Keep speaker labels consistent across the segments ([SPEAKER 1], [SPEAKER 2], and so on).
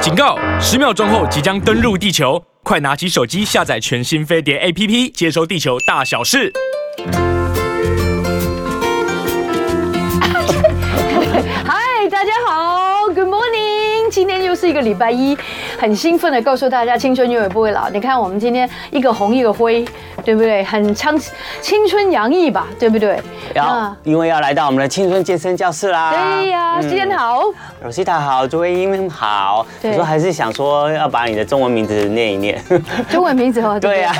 [SPEAKER 1] 警告！十秒钟后即将登陆地球，快拿起手机下载全新飞碟 APP，接收地球大小事。
[SPEAKER 2] 嗨，大家好，Good morning！今天又是一个礼拜一，很兴奋的告诉大家，青春永远不会老。你看，我们今天一个红一个灰，对不对？很青青春洋溢吧，对不对？
[SPEAKER 3] 要，因为要来到我们的青春健身教室啦。
[SPEAKER 2] 嗯
[SPEAKER 3] 嗯
[SPEAKER 2] 对哎呀、今天好，
[SPEAKER 3] Rosita 好，朱慧英好。
[SPEAKER 2] 对
[SPEAKER 3] 我说还是想说要把你的中文名字念一 念。
[SPEAKER 2] 中文名字哦，不
[SPEAKER 3] 对 呀、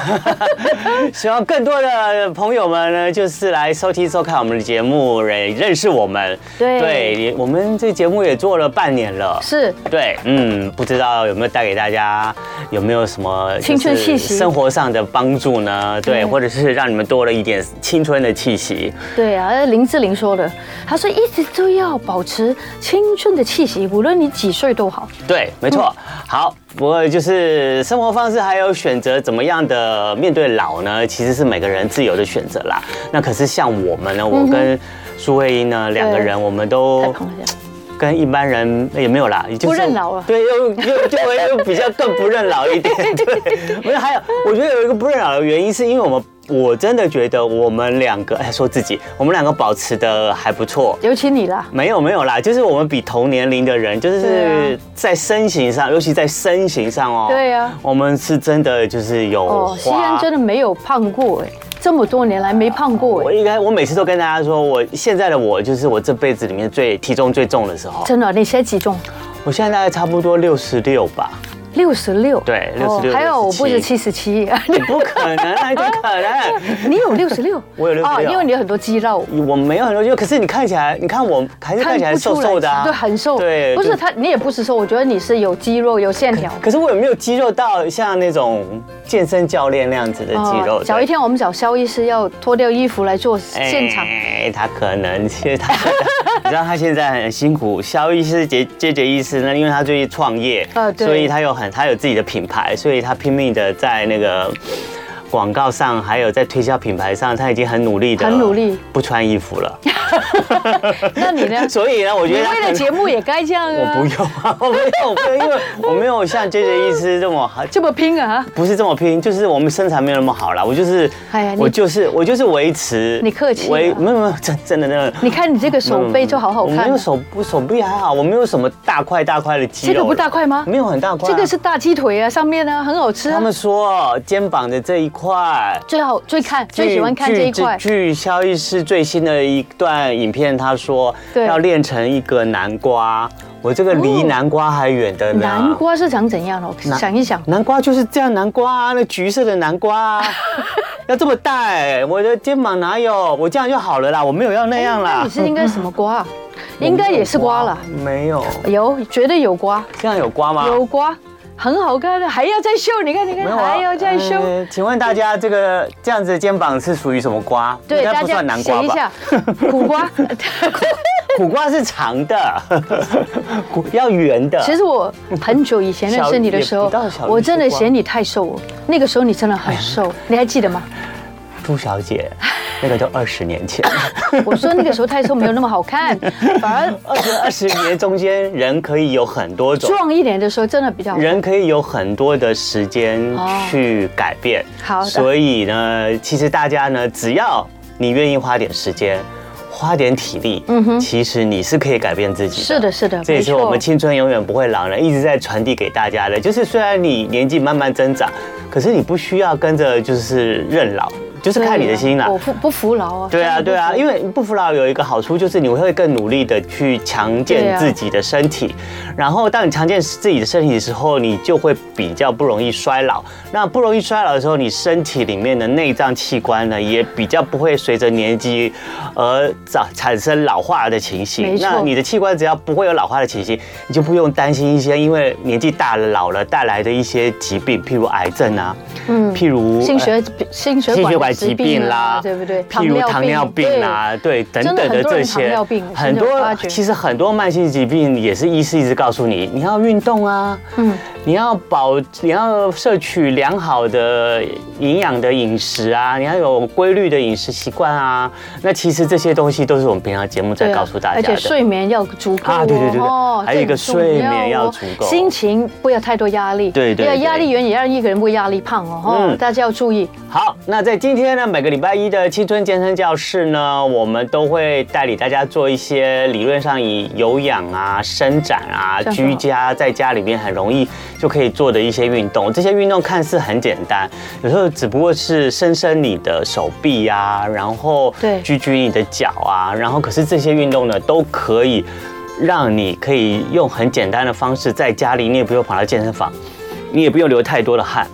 [SPEAKER 3] 希望更多的朋友们呢，就是来收听收看我们的节目，也认识我们。
[SPEAKER 2] 对
[SPEAKER 3] 对，我们这节目也做了半年了。
[SPEAKER 2] 是
[SPEAKER 3] 对，嗯，不知道有没有带给大家有没有什么
[SPEAKER 2] 青春气息嗯
[SPEAKER 3] 就是生活上的帮助呢？
[SPEAKER 2] 对
[SPEAKER 3] 对，或者是让你们多了一点青春的气息。
[SPEAKER 2] 对啊，林志玲说的，她说一直都要保持青春的气息，无论你几岁都好。
[SPEAKER 3] 对，没
[SPEAKER 2] 嗯
[SPEAKER 3] 错。好，不过就是生活方式还有选择怎么样的面对老呢，其实是每个人自由的选择啦。那可是像我们呢，我跟苏慧英呢两个人，我
[SPEAKER 2] 嗯
[SPEAKER 3] 们
[SPEAKER 2] 太
[SPEAKER 3] 都
[SPEAKER 2] 胖了点，
[SPEAKER 3] 跟一般人哎也没有啦，就是
[SPEAKER 2] 不认老啊了
[SPEAKER 3] 对，又又就会又比较更不认老一 点。对，没有。还有，我觉得有一个不认老的原因，是因为我们。我真的觉得我们两个，哎，说自己，我们两个保持的还不错，
[SPEAKER 2] 尤其你啦，
[SPEAKER 3] 没有没有啦，就是我们比同年龄的人，就
[SPEAKER 2] 对啊
[SPEAKER 3] 是在身形上，尤其在身形上哦。
[SPEAKER 2] 对啊
[SPEAKER 3] 我们是真的就是有
[SPEAKER 2] 哦，西安
[SPEAKER 3] 花。
[SPEAKER 2] 真的没有胖过哎，这么多年来没胖过
[SPEAKER 3] 我
[SPEAKER 2] 哎，
[SPEAKER 3] 应该，我每次都跟大家说，我现在的我就是我这辈子里面最体重最重的时候。
[SPEAKER 2] 真的，你现在几重？
[SPEAKER 3] 我现在大概差不多六十六 吧，
[SPEAKER 2] 六十六，
[SPEAKER 3] 对
[SPEAKER 2] 哦
[SPEAKER 3] 66
[SPEAKER 2] 还有我
[SPEAKER 3] 67
[SPEAKER 2] 不是七十七，
[SPEAKER 3] 也不可能啊，怎么可能？
[SPEAKER 2] 你有六十六，
[SPEAKER 3] 我有66
[SPEAKER 2] 哦因为你有很多肌肉。
[SPEAKER 3] 我没有很多肉，可是你看起来，你看我还是看起来瘦瘦的啊，
[SPEAKER 2] 对，很瘦。
[SPEAKER 3] 对，
[SPEAKER 2] 不是
[SPEAKER 3] 就
[SPEAKER 2] 他，你也不是瘦，我觉得你是有肌肉、有线条。
[SPEAKER 3] 可是我有没有肌肉到像那种健身教练那样子的肌肉？
[SPEAKER 2] 早哦一天我们找肖医师要脱掉衣服来做现场，
[SPEAKER 3] 哎，他可能，其实他，你知道他现在很辛苦。肖医师、杰杰杰医师呢，因为他最近创业，
[SPEAKER 2] 啊对
[SPEAKER 3] 所以他有很他有自己的品牌，所以他拼命的在那个。广告上，还有在推销品牌上，他已经很努力的，
[SPEAKER 2] 很努力，
[SPEAKER 3] 不穿衣 服了。？
[SPEAKER 2] 那你呢
[SPEAKER 3] 所以呢，我
[SPEAKER 2] 你
[SPEAKER 3] 觉得他
[SPEAKER 2] 为了
[SPEAKER 3] 可能
[SPEAKER 2] 节目也该这样
[SPEAKER 3] 我
[SPEAKER 2] 啊，
[SPEAKER 3] 不用啊，我没有，我没有，因为我没有像杰杰医师这么好，
[SPEAKER 2] 这么拼啊！
[SPEAKER 3] 不是这么拼，就是我们身材没有那么好啦。我就是
[SPEAKER 2] 哎呀，你
[SPEAKER 3] 我就是我就是维持，
[SPEAKER 2] 你客气了啊
[SPEAKER 3] 维没有没有真真的真的，
[SPEAKER 2] 你看你这个手背就好好
[SPEAKER 3] 嗯我没
[SPEAKER 2] 看
[SPEAKER 3] 有
[SPEAKER 2] 啊，
[SPEAKER 3] 手我手臂还好，我没有什么大块大块的肌
[SPEAKER 2] 这
[SPEAKER 3] 肉。
[SPEAKER 2] 个不大块吗？
[SPEAKER 3] 没有很大块啊。
[SPEAKER 2] 这个是大鸡腿啊，上面呢很好吃
[SPEAKER 3] 他
[SPEAKER 2] 啊。
[SPEAKER 3] 们说肩膀的这一块。
[SPEAKER 2] 最好最看最喜欢看
[SPEAKER 3] 据
[SPEAKER 2] 这一块，
[SPEAKER 3] 据据肖医师最新的一段影片，他说
[SPEAKER 2] 对
[SPEAKER 3] 要练成一个南瓜，我这个离
[SPEAKER 2] 哦
[SPEAKER 3] 南瓜还远的呢。
[SPEAKER 2] 南瓜是长怎样的？我
[SPEAKER 3] 南
[SPEAKER 2] 想一想，
[SPEAKER 3] 南瓜就是这样，南瓜、啊、那橘色的南瓜、啊， 要这么大哎、我的肩膀哪有？我这样就好了啦，嗯我没有要那样
[SPEAKER 2] 那
[SPEAKER 3] 啦
[SPEAKER 2] 你。是应该什么瓜啊？应该也是瓜了，
[SPEAKER 3] 没有，
[SPEAKER 2] 有绝对有瓜，
[SPEAKER 3] 这样有瓜吗？
[SPEAKER 2] 有瓜，很好看的，还要再秀，你看你
[SPEAKER 3] 啊没
[SPEAKER 2] 看，
[SPEAKER 3] 有啊
[SPEAKER 2] 还要再秀。
[SPEAKER 3] 呃请问大家，这个这样子的肩膀是属于什么瓜？
[SPEAKER 2] 对，
[SPEAKER 3] 应该
[SPEAKER 2] 大
[SPEAKER 3] 不
[SPEAKER 2] 家
[SPEAKER 3] 算南瓜
[SPEAKER 2] 想一
[SPEAKER 3] 吧
[SPEAKER 2] 下？，苦瓜。
[SPEAKER 3] 苦瓜是长的， 苦要圆的。
[SPEAKER 2] 其实我很久以前认识你的时
[SPEAKER 3] 小
[SPEAKER 2] 候
[SPEAKER 3] 也哎不到小，
[SPEAKER 2] 我真的嫌你太瘦了。哦那个时候你真的很
[SPEAKER 3] 哎
[SPEAKER 2] 瘦，你还记得吗？
[SPEAKER 3] 朱小姐，那个都二十 年前，
[SPEAKER 2] 我说那个时候太瘦没有那么好 看，反
[SPEAKER 3] 二十二十年中间，人可以有很多
[SPEAKER 2] 而
[SPEAKER 3] 种。
[SPEAKER 2] 壮一点的时候真的比较好。哦
[SPEAKER 3] 人可以有很多的时间去改变，
[SPEAKER 2] 好的
[SPEAKER 3] 所以呢，其实大家呢，只要你愿意花点时间，花点体力，嗯哼，其实你是可以改变自己的。
[SPEAKER 2] 是的，是的，
[SPEAKER 3] 这也是
[SPEAKER 2] 没错
[SPEAKER 3] 我们青春永远不会老了一直在传递给大家的，就是虽然你年纪慢慢增长，可是你不需要跟着就是认老，就是看你的心啦、
[SPEAKER 2] 对啊我不不服老啊。
[SPEAKER 3] 对啊，
[SPEAKER 2] 真的
[SPEAKER 3] 对
[SPEAKER 2] 不服
[SPEAKER 3] 啊，因为不服老有一个好处就是你会更努力的去强
[SPEAKER 2] 对啊
[SPEAKER 3] 健自己的身体，然后当你强健自己的身体的时候，你就会比较不容易衰老。那不容易衰老的时候，你身体里面的内脏器官呢，也比较不会随着年纪而长产生老化的情
[SPEAKER 2] 没
[SPEAKER 3] 形。
[SPEAKER 2] 错
[SPEAKER 3] 那你的器官只要不会有老化的情形，你就不用担心一些因为年纪大了老了带来的一些疾病，譬如癌症啊，嗯，譬如
[SPEAKER 2] 心
[SPEAKER 3] 呃
[SPEAKER 2] 血心血
[SPEAKER 3] 心血
[SPEAKER 2] 管
[SPEAKER 3] 管
[SPEAKER 2] 疾
[SPEAKER 3] 疾
[SPEAKER 2] 病
[SPEAKER 3] 病
[SPEAKER 2] 啦
[SPEAKER 3] 啦，，
[SPEAKER 2] 对不对？
[SPEAKER 3] 譬如糖尿病啊啦，对，等
[SPEAKER 2] 真的
[SPEAKER 3] 等
[SPEAKER 2] 很
[SPEAKER 3] 的
[SPEAKER 2] 多人
[SPEAKER 3] 这
[SPEAKER 2] 糖
[SPEAKER 3] 些
[SPEAKER 2] 尿病，
[SPEAKER 3] 很
[SPEAKER 2] 真的有
[SPEAKER 3] 多
[SPEAKER 2] 发觉
[SPEAKER 3] 其实很多慢性疾病也是医师一直告诉你，你要运动啊，
[SPEAKER 2] 嗯
[SPEAKER 3] 嗯，你要保，你要摄取良好的营养的饮食啊，你要有规律的饮食习惯啊。那其实这些东西都是我们平常节目在告诉大家
[SPEAKER 2] 啊而
[SPEAKER 3] 的。
[SPEAKER 2] 且睡眠要足够、哦、
[SPEAKER 3] 啊对对对对
[SPEAKER 2] 哦
[SPEAKER 3] 还有一个
[SPEAKER 2] 这很重
[SPEAKER 3] 睡眠
[SPEAKER 2] 要
[SPEAKER 3] 要
[SPEAKER 2] 哦
[SPEAKER 3] 足够
[SPEAKER 2] 心情不要太多压力，
[SPEAKER 3] 对对
[SPEAKER 2] 因为
[SPEAKER 3] 对
[SPEAKER 2] 压力源也让一个人会压力胖哦，哦
[SPEAKER 3] 嗯
[SPEAKER 2] 大家要注意。
[SPEAKER 3] 好，那在今天呢，每个礼拜一的青春健身教室呢，我们都会带领大家做一些理论上以有氧啊、伸展啊、
[SPEAKER 2] 像什么
[SPEAKER 3] 居家在家里面很容易就可以做的一些运动。这些运动看似很简单，有时候只不过是伸伸你的手臂啊，然后
[SPEAKER 2] 对
[SPEAKER 3] 举举你的脚啊，然后可是这些运动呢，都可以。让你可以用很简单的方式在家里，你也不用跑到健身房，你也不用流太多的汗，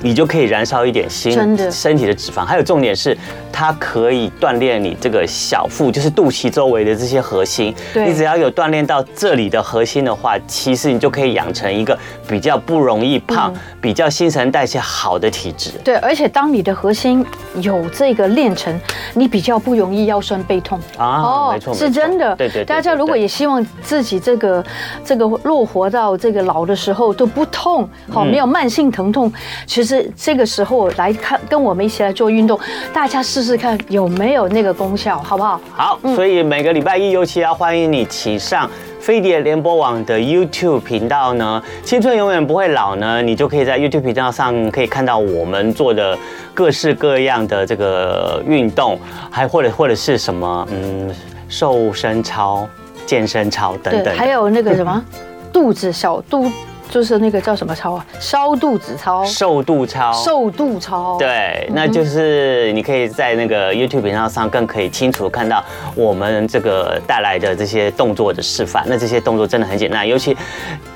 [SPEAKER 3] 你就可以燃烧一点心
[SPEAKER 2] 真的
[SPEAKER 3] 身体的脂肪。还有重点是，它可以锻炼你这个小腹，就是肚脐周围的这些核心。
[SPEAKER 2] 对
[SPEAKER 3] 你只要有锻炼到这里的核心的话，其实你就可以养成一个比较不容易胖、
[SPEAKER 2] 嗯
[SPEAKER 3] 比较新陈代谢好的体质。
[SPEAKER 2] 对，而且当你的核心有这个练成，你比较不容易腰酸背痛
[SPEAKER 3] 啊没错
[SPEAKER 2] 哦是
[SPEAKER 3] 没错
[SPEAKER 2] 真的。
[SPEAKER 3] 对对对对
[SPEAKER 2] 大家如果也希望自己这个这个落活到这个老的时候都不痛，好、
[SPEAKER 3] 嗯
[SPEAKER 2] 没有慢性疼痛，其实这个时候来看跟我们一起来做运动，大家试试看有没有那个功效，好不好？
[SPEAKER 3] 好，所以每个礼拜一，尤其要欢迎你骑上飞碟联播网的 YouTube 频道呢。青春永远不会老呢，你就可以在 YouTube 频道上可以看到我们做的各式各样的这个运动，还或者或者是什么嗯瘦身操、健身操等等
[SPEAKER 2] 对，
[SPEAKER 3] 的。
[SPEAKER 2] 还有那个什么 肚子小肚，就是那个叫什么操啊？烧肚子操、
[SPEAKER 3] 瘦肚操。
[SPEAKER 2] 瘦肚操。。
[SPEAKER 3] 对，那就是你可以在那个 YouTube 频道上更可以清楚地看到我们这个带来的这些动作的示范。那这些动作真的很简单，尤其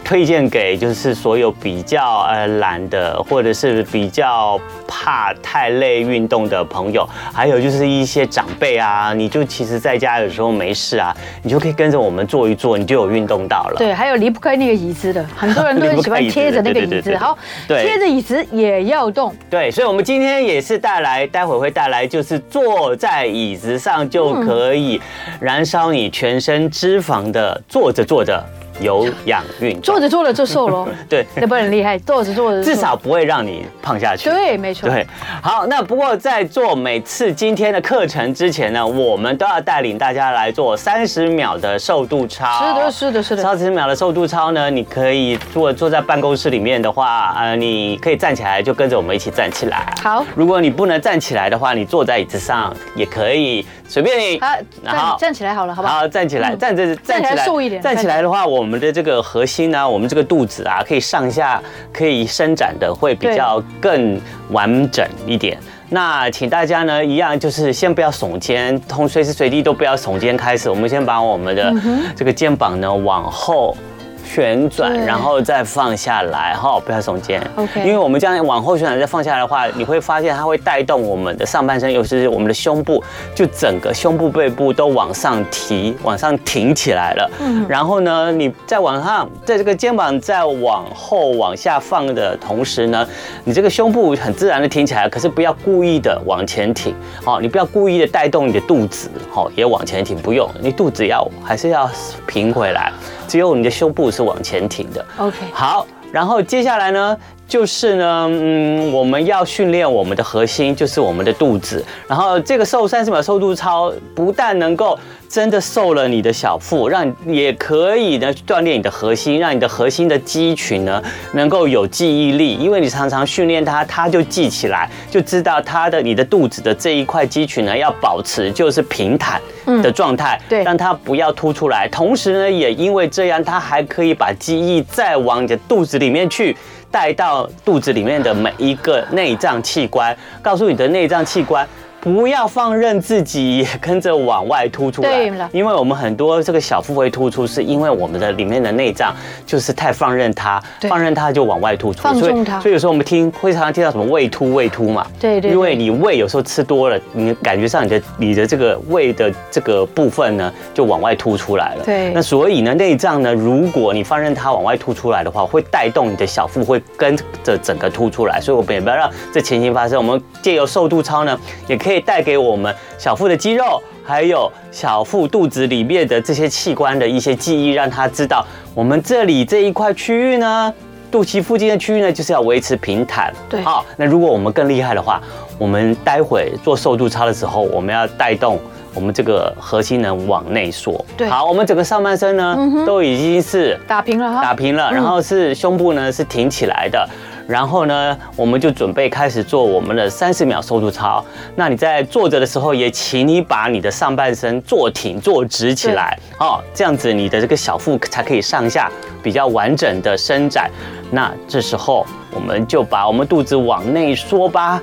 [SPEAKER 3] 推荐给就是所有比较呃懒的，或者是比较怕太累运动的朋友，还有就是一些长辈啊，你就其实在家有时候没事啊，你就可以跟着我们做一做，你就有运动到了。
[SPEAKER 2] 对，还有离不开那个椅子的，很多人都很喜欢贴着那个
[SPEAKER 3] 离不开
[SPEAKER 2] 椅
[SPEAKER 3] 椅子对对对
[SPEAKER 2] 子。
[SPEAKER 3] 对
[SPEAKER 2] 好，
[SPEAKER 3] 对
[SPEAKER 2] 贴着椅子也要动，
[SPEAKER 3] 对，所以，我们今天也是带来，待会会带来，就是坐在椅子上就可以
[SPEAKER 2] 嗯
[SPEAKER 3] 燃烧你全身脂肪的，坐着坐着有氧运
[SPEAKER 2] 坐
[SPEAKER 3] 动，
[SPEAKER 2] 着坐着就瘦 了，
[SPEAKER 3] 对，
[SPEAKER 2] 那不是很厉害？坐着坐着就瘦
[SPEAKER 3] 至少不会让你胖下去。
[SPEAKER 2] 对，没错，
[SPEAKER 3] 对，好，那不过在做每次今天的课程之前呢，我们都要带领大家来做三十秒的瘦肚操。
[SPEAKER 2] 是的，是的，是的，
[SPEAKER 3] 三十秒的瘦肚操呢，你可以坐坐在办公室里面的话，呃，你可以站起来，就跟着我们一起站起来。
[SPEAKER 2] 好。
[SPEAKER 3] 如果你不能站起来的话，你坐在椅子上也可以，随便你。
[SPEAKER 2] 好，
[SPEAKER 3] 然后
[SPEAKER 2] 站站起来好了，好不好？
[SPEAKER 3] 好，站起来，
[SPEAKER 2] 嗯
[SPEAKER 3] 站着，
[SPEAKER 2] 站起来瘦一点
[SPEAKER 3] 站起来的话，我们的这个核心呢、我们这个肚子啊，可以上下可以伸展的，会比
[SPEAKER 2] 对
[SPEAKER 3] 较更完整一点。那请大家呢，一样就是先不要耸肩，从随时随地都不要耸肩开始，我们先把我们的
[SPEAKER 2] 嗯
[SPEAKER 3] 这个肩膀呢往后。旋转，
[SPEAKER 2] 对
[SPEAKER 3] 然后再放下来哈，不要耸肩。
[SPEAKER 2] OK
[SPEAKER 3] 因为我们这样往后旋转再放下来的话，你会发现它会带动我们的上半身，尤其是我们的胸部，就整个胸部、背部都往上提，往上挺起来了。然后呢，你再往上，在这个肩膀再往后往下放的同时呢，你这个胸部很自然的挺起来，可是不要故意的往前挺，哦，你不要故意的带动你的肚子，哦，也往前挺，不用，你肚子要还是要平回来，只有你的胸部是往前挺的。
[SPEAKER 2] OK，
[SPEAKER 3] 好，然后接下来呢，就是呢，嗯，我们要训练我们的核心，就是我们的肚子。然后这个瘦三十秒瘦肚操，不但能够真的瘦了你的小腹，让你也可以呢锻炼你的核心，让你的核心的肌群呢能够有记忆力，因为你常常训练它，它就记起来，就知道它的你的肚子的这一块肌群呢要保持就是平坦的状态，
[SPEAKER 2] 嗯对
[SPEAKER 3] 让它不要凸出来。同时呢，也因为这样，它还可以把记忆再往你的肚子里面去。带到肚子里面的每一个内脏器官，告诉你的内脏器官不要放任自己也跟着往外突出来。
[SPEAKER 2] 对了
[SPEAKER 3] 因为我们很多这个小腹会突出，是因为我们的里面的内脏就是太放任它，
[SPEAKER 2] 对
[SPEAKER 3] 放任它就往外突出。
[SPEAKER 2] 放纵
[SPEAKER 3] 所以
[SPEAKER 2] 它
[SPEAKER 3] 所以有时候我们听会常常听到什么胃突胃突嘛，
[SPEAKER 2] 对对对
[SPEAKER 3] 因为你胃有时候吃多了，你感觉上你的你的这个胃的这个部分呢就往外凸出来了。
[SPEAKER 2] 对
[SPEAKER 3] 那所以呢内脏呢，如果你放任它往外凸出来的话，会带动你的小腹会跟着整个凸出来。所以我们也不要让这情形发生。我们借由瘦肚操呢，也可以带给我们小腹的肌肉，还有小腹肚子里面的这些器官的一些记忆，让它知道我们这里这一块区域呢。肚脐附近的区域呢，就是要维持平坦。
[SPEAKER 2] 对
[SPEAKER 3] 好，那如果我们更厉害的话，我们待会做瘦肚操的时候，我们要带动。我们这个核心呢往内缩，
[SPEAKER 2] 对
[SPEAKER 3] 好，我们整个上半身呢、都已经是
[SPEAKER 2] 打平了哈，
[SPEAKER 3] 打平了，然后是胸部呢是挺起来的，然后呢，我们就准备开始做我们的三十秒收肚操。那你在坐着的时候，也请你把你的上半身坐挺、坐直起来哦，这样子你的这个小腹才可以上下比较完整的伸展。那这时候我们就把我们肚子往内缩吧，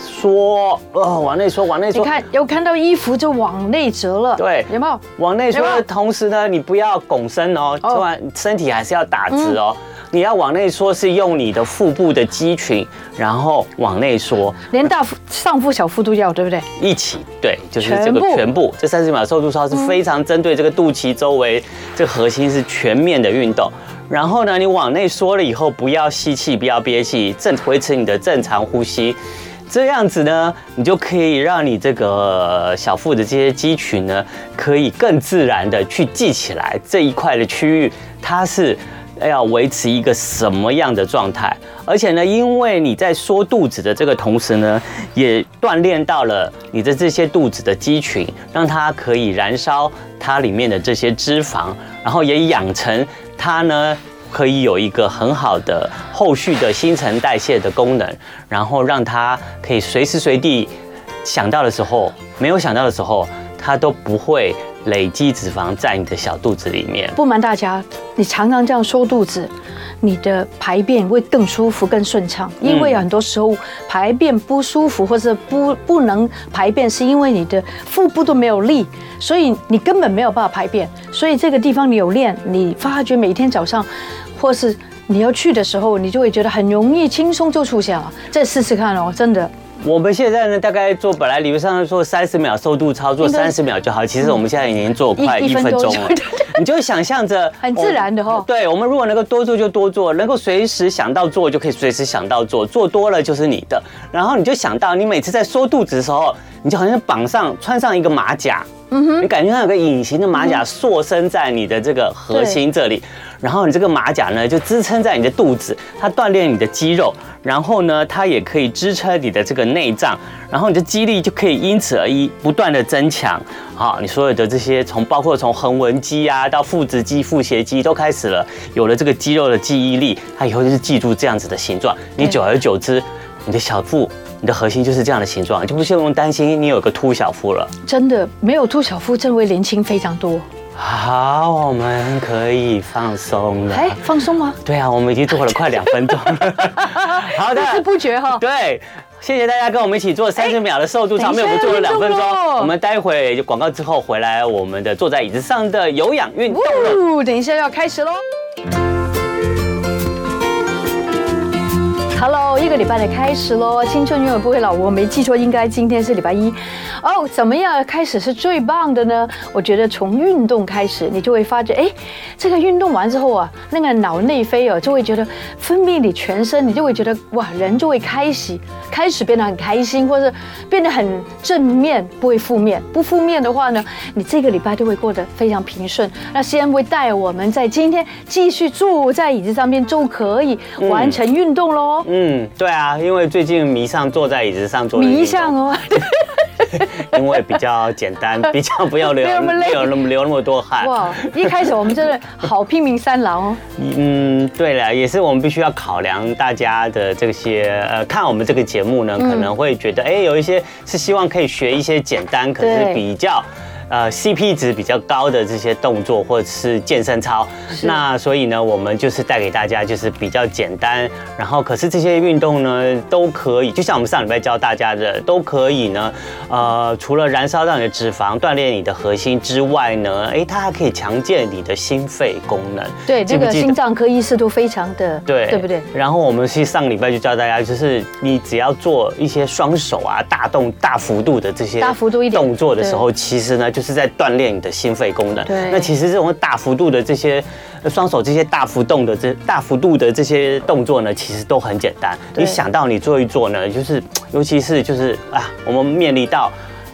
[SPEAKER 3] 缩，哦，往内缩，往内
[SPEAKER 2] 你
[SPEAKER 3] 缩。
[SPEAKER 2] 看有看到衣服就往内折了，
[SPEAKER 3] 对
[SPEAKER 2] 有没有？
[SPEAKER 3] 往内缩
[SPEAKER 2] 有没
[SPEAKER 3] 的
[SPEAKER 2] 有
[SPEAKER 3] 同时呢，你不要拱身哦，
[SPEAKER 2] 哦嗯
[SPEAKER 3] 突然身体还是要打直哦。你要往内缩是用你的腹部的肌群，然后往内缩，
[SPEAKER 2] 连大腹、上腹、小腹都要，对不对？
[SPEAKER 3] 一起对，就是这
[SPEAKER 2] 全
[SPEAKER 3] 个
[SPEAKER 2] 部嗯
[SPEAKER 3] 全部这三十秒瘦肚操是非常针对这个肚脐周围这个核心是全面的运动。然后呢，你往内缩了以后，不要吸气，不要憋气，正维持你的正常呼吸。这样子呢，你就可以让你这个小腹的这些肌群呢，可以更自然的去记起来这一块的区域，它是要维持一个什么样的状态。而且呢，因为你在缩肚子的这个同时呢，也锻炼到了你的这些肚子的肌群，让它可以燃烧它里面的这些脂肪，然后也养成它呢可以有一个很好的后续的新陈代谢的功能，然后让它可以随时随地想到的时候，没有想到的时候，它都不会累积脂肪在你的小肚子里面。
[SPEAKER 2] 不瞒大家，你常常这样收肚子，你的排便会更舒服、更顺畅。因为有很多时候排便不舒服或者不不能排便，是因为你的腹部都没有力，所以你根本没有办法排便。所以这个地方你有练，你发觉每天早上，或是你要去的时候，你就会觉得很容易、轻松就出现了。再试试看哦，真的。
[SPEAKER 3] 我们现在呢，大概做本来理论上做三十秒瘦肚操，做
[SPEAKER 2] 应该嗯
[SPEAKER 3] 三十秒就好。其实我们现在已经做快
[SPEAKER 2] 一
[SPEAKER 3] 一
[SPEAKER 2] 一分
[SPEAKER 3] 分
[SPEAKER 2] 钟
[SPEAKER 3] 钟了
[SPEAKER 2] 对对，
[SPEAKER 3] 你就想象着
[SPEAKER 2] 很自然的哦
[SPEAKER 3] 对，我们如果能够多做就多做，能够随时想到做就可以随时想到做，做多了就是你的。然后你就想到，你每次在缩肚子的时候，你就好像绑上穿上一个马甲。
[SPEAKER 2] 嗯
[SPEAKER 3] 你感觉上有个隐形的马甲塑身在你的这个核心这里，然后你这个马甲呢就支撑在你的肚子，它锻炼你的肌肉，然后呢它也可以支撑你的这个内脏，然后你的肌力就可以因此而一不断的增强。好，你所有的这些从包括从横纹肌啊到腹直肌、腹斜肌都开始了，有了这个肌肉的记忆力，它以后就是记住这样子的形状，你
[SPEAKER 2] 对
[SPEAKER 3] 久而久之，你的小腹。你的核心就是这样的形状，就不用担心你有个凸小腹了。
[SPEAKER 2] 真的没有凸小腹，真会年轻非常多。
[SPEAKER 3] 好，我们可以放松了。
[SPEAKER 2] 哎，放松吗？
[SPEAKER 3] 对啊，我们已经做了快两分钟 了。好的
[SPEAKER 2] 不，知不觉哈、
[SPEAKER 3] 对，谢谢大家跟我们一起做三十秒的瘦肚操，
[SPEAKER 2] 等一
[SPEAKER 3] 没
[SPEAKER 2] 下
[SPEAKER 3] 有，我们做了两分钟
[SPEAKER 2] 要动哦。
[SPEAKER 3] 我们待会广告之后回来，我们的坐在椅子上的有氧运动了。
[SPEAKER 2] 哦，等一下要开始喽。Hello，一个礼拜的开始喽，青春永远不会老。我没记错，应该今天是礼拜一。哦，怎么样开始是最棒的呢？我觉得从运动开始，你就会发觉，哎，这个运动完之后啊，那个脑内啡哦，就会觉得分泌你全身，你就会觉得哇，人就会开始开始变得很开心，或者变得很正面，不会负面。不负面的话呢，你这个礼拜就会过得非常平顺。那西安会带我们在今天继续坐在椅子上面就可以完成运动喽。
[SPEAKER 3] 嗯，对啊，因为最近迷上坐在椅子上做的运
[SPEAKER 2] 迷
[SPEAKER 3] 动
[SPEAKER 2] 上， 哦，
[SPEAKER 3] 因为比较简单，比较不要 流
[SPEAKER 2] 没有那么累
[SPEAKER 3] 没有那么流那么多汗。
[SPEAKER 2] 哇！一开始我们真的好拼命三郎哦，
[SPEAKER 3] 嗯，对了，也是我们必须要考量大家的这些呃，看我们这个节目呢，
[SPEAKER 2] 嗯
[SPEAKER 3] 可能会觉得哎、有一些是希望可以学一些简单，可是
[SPEAKER 2] 对
[SPEAKER 3] 比较。呃，CP 值比较高的这些动作或者是健身操，
[SPEAKER 2] 是
[SPEAKER 3] 那所以呢，我们就是带给大家就是比较简单，然后可是这些运动呢都可以，就像我们上礼拜教大家的，都可以呢，呃，除了燃烧到你的脂肪、锻炼你的核心之外呢，哎，它还可以强健你的心肺功能。
[SPEAKER 2] 对，
[SPEAKER 3] 记
[SPEAKER 2] 这
[SPEAKER 3] 不
[SPEAKER 2] 个
[SPEAKER 3] 记得
[SPEAKER 2] 心脏科医师都非常的，
[SPEAKER 3] 对，
[SPEAKER 2] 对不对？？
[SPEAKER 3] 然后我们去上礼拜就教大家，就是你只要做一些双手啊、大动、大幅度的这些
[SPEAKER 2] 大幅度一点
[SPEAKER 3] 动作的时候，其实呢就是在锻炼你的心肺功能。
[SPEAKER 2] 对
[SPEAKER 3] 那其实这种大幅度的这些呃双手这些大幅动的这大幅度的这些动作呢，其实都很简单。
[SPEAKER 2] 对
[SPEAKER 3] 你想到你做一做呢，就是尤其是就是啊，我们面临到。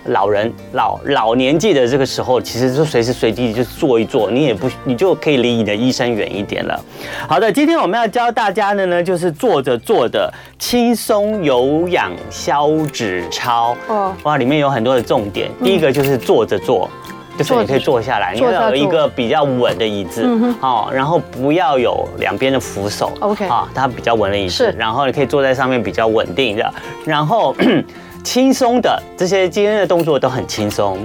[SPEAKER 3] 老人老老年纪的这个时候，其实就随时随地就坐一坐，你也不你就可以离你的医生远一点了。好的，今天我们要教大家的呢，就是坐着坐着轻松有氧消脂操。
[SPEAKER 2] 哦
[SPEAKER 3] 哦，哇，里面有很多的重点。第一个就是坐着坐。就是你可以坐下来，你
[SPEAKER 2] 坐着
[SPEAKER 3] 要有一
[SPEAKER 2] 坐
[SPEAKER 3] 个比较稳的椅子
[SPEAKER 2] 嗯哼，
[SPEAKER 3] 哦，然后不要有两边的扶手
[SPEAKER 2] OK
[SPEAKER 3] 啊，它比较稳的椅
[SPEAKER 2] 是
[SPEAKER 3] 子，然后你可以坐在上面比较稳定的，然后 轻松的这些今天的动作都很轻松。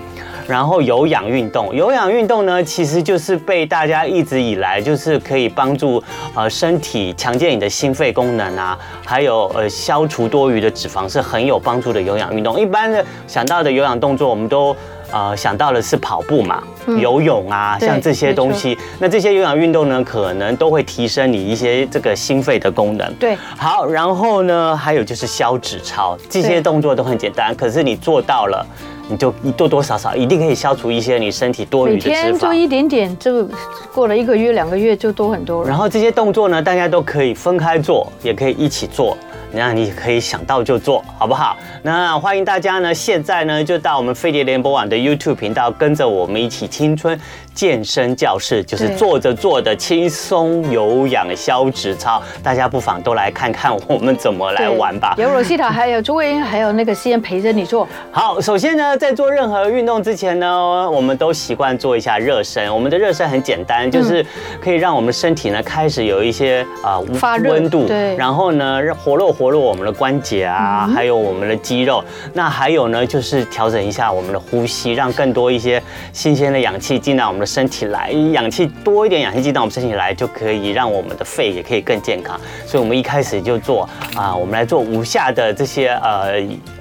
[SPEAKER 3] 然后有氧运动，有氧运动呢，其实就是被大家一直以来就是可以帮助呃身体强健你的心肺功能啊，还有呃消除多余的脂肪是很有帮助的有氧运动。一般的想到的有氧动作，我们都呃想到的是跑步嘛、游泳啊，
[SPEAKER 2] 对
[SPEAKER 3] 像这些东西。那这些有氧运动呢，可能都会提升你一些这个心肺的功能。
[SPEAKER 2] 对，
[SPEAKER 3] 好，然后呢，还有就是消脂操，这
[SPEAKER 2] 对
[SPEAKER 3] 些动作都很简单，可是你做到了，你就多多少少一定可以消除一些你身体多
[SPEAKER 2] 每
[SPEAKER 3] 余的脂
[SPEAKER 2] 天做
[SPEAKER 3] 肪。
[SPEAKER 2] 一点点，就过了一个月、两个月就多很多了。
[SPEAKER 3] 然后这些动作呢，大家都可以分开做，也可以一起做。那你可以想到就做，好不好？那欢迎大家呢，现在呢就到我们飞碟联播网的 YouTube 频道，跟着我们一起青春健身教室，就是
[SPEAKER 2] 对
[SPEAKER 3] 坐着坐的轻松有氧消脂操，大家不妨都来看看我们怎么来
[SPEAKER 2] 对
[SPEAKER 3] 玩吧。
[SPEAKER 2] 有 Rosita，还有朱慧英，还有那个西恩陪着你 做。
[SPEAKER 3] 好，首先呢，在做任何运动之前呢，我们都习惯做一下热身。我们的热身很简单，就是
[SPEAKER 2] 嗯
[SPEAKER 3] 可以让我们身体呢开始有一些啊、呃
[SPEAKER 2] 发热
[SPEAKER 3] 温度，
[SPEAKER 2] 对嗯
[SPEAKER 3] 然后呢让活络活络我们的关节啊，还有我们的肌肉。那还有呢，就是调整一下我们的呼吸，让更多一些新鲜的氧气进到我们的身体来，氧气多一点，氧气进到我们身体来，就可以让我们的肺也可以更健康。所以我们一开始就做啊、我们来做五下的这些呃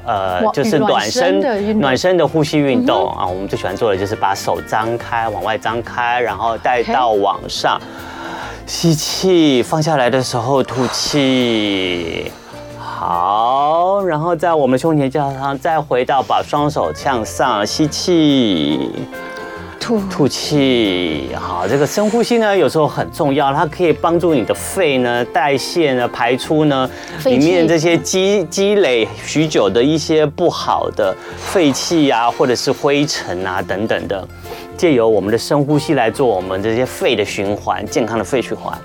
[SPEAKER 3] 呃
[SPEAKER 2] 哇
[SPEAKER 3] 就是
[SPEAKER 2] 暖
[SPEAKER 3] 暖
[SPEAKER 2] 身
[SPEAKER 3] 身
[SPEAKER 2] 的运动嗯
[SPEAKER 3] 暖身的呼吸运动、啊，我们最喜欢做的就是把手张开，往外张开，然后带
[SPEAKER 2] OK
[SPEAKER 3] 到往上，吸气，放下来的时候吐气。好，然后在我们胸前加上，再回到把双手向上吸气，
[SPEAKER 2] 吐
[SPEAKER 3] 吐气，好，这个深呼吸呢，有时候很重要，它可以帮助你的肺呢代谢呢排出呢
[SPEAKER 2] 废
[SPEAKER 3] 里
[SPEAKER 2] 气
[SPEAKER 3] 面这些积积累许久的一些不好的废气啊，或者是灰尘啊等等的，借由我们的深呼吸来做我们这些肺的循环，健康的肺循环。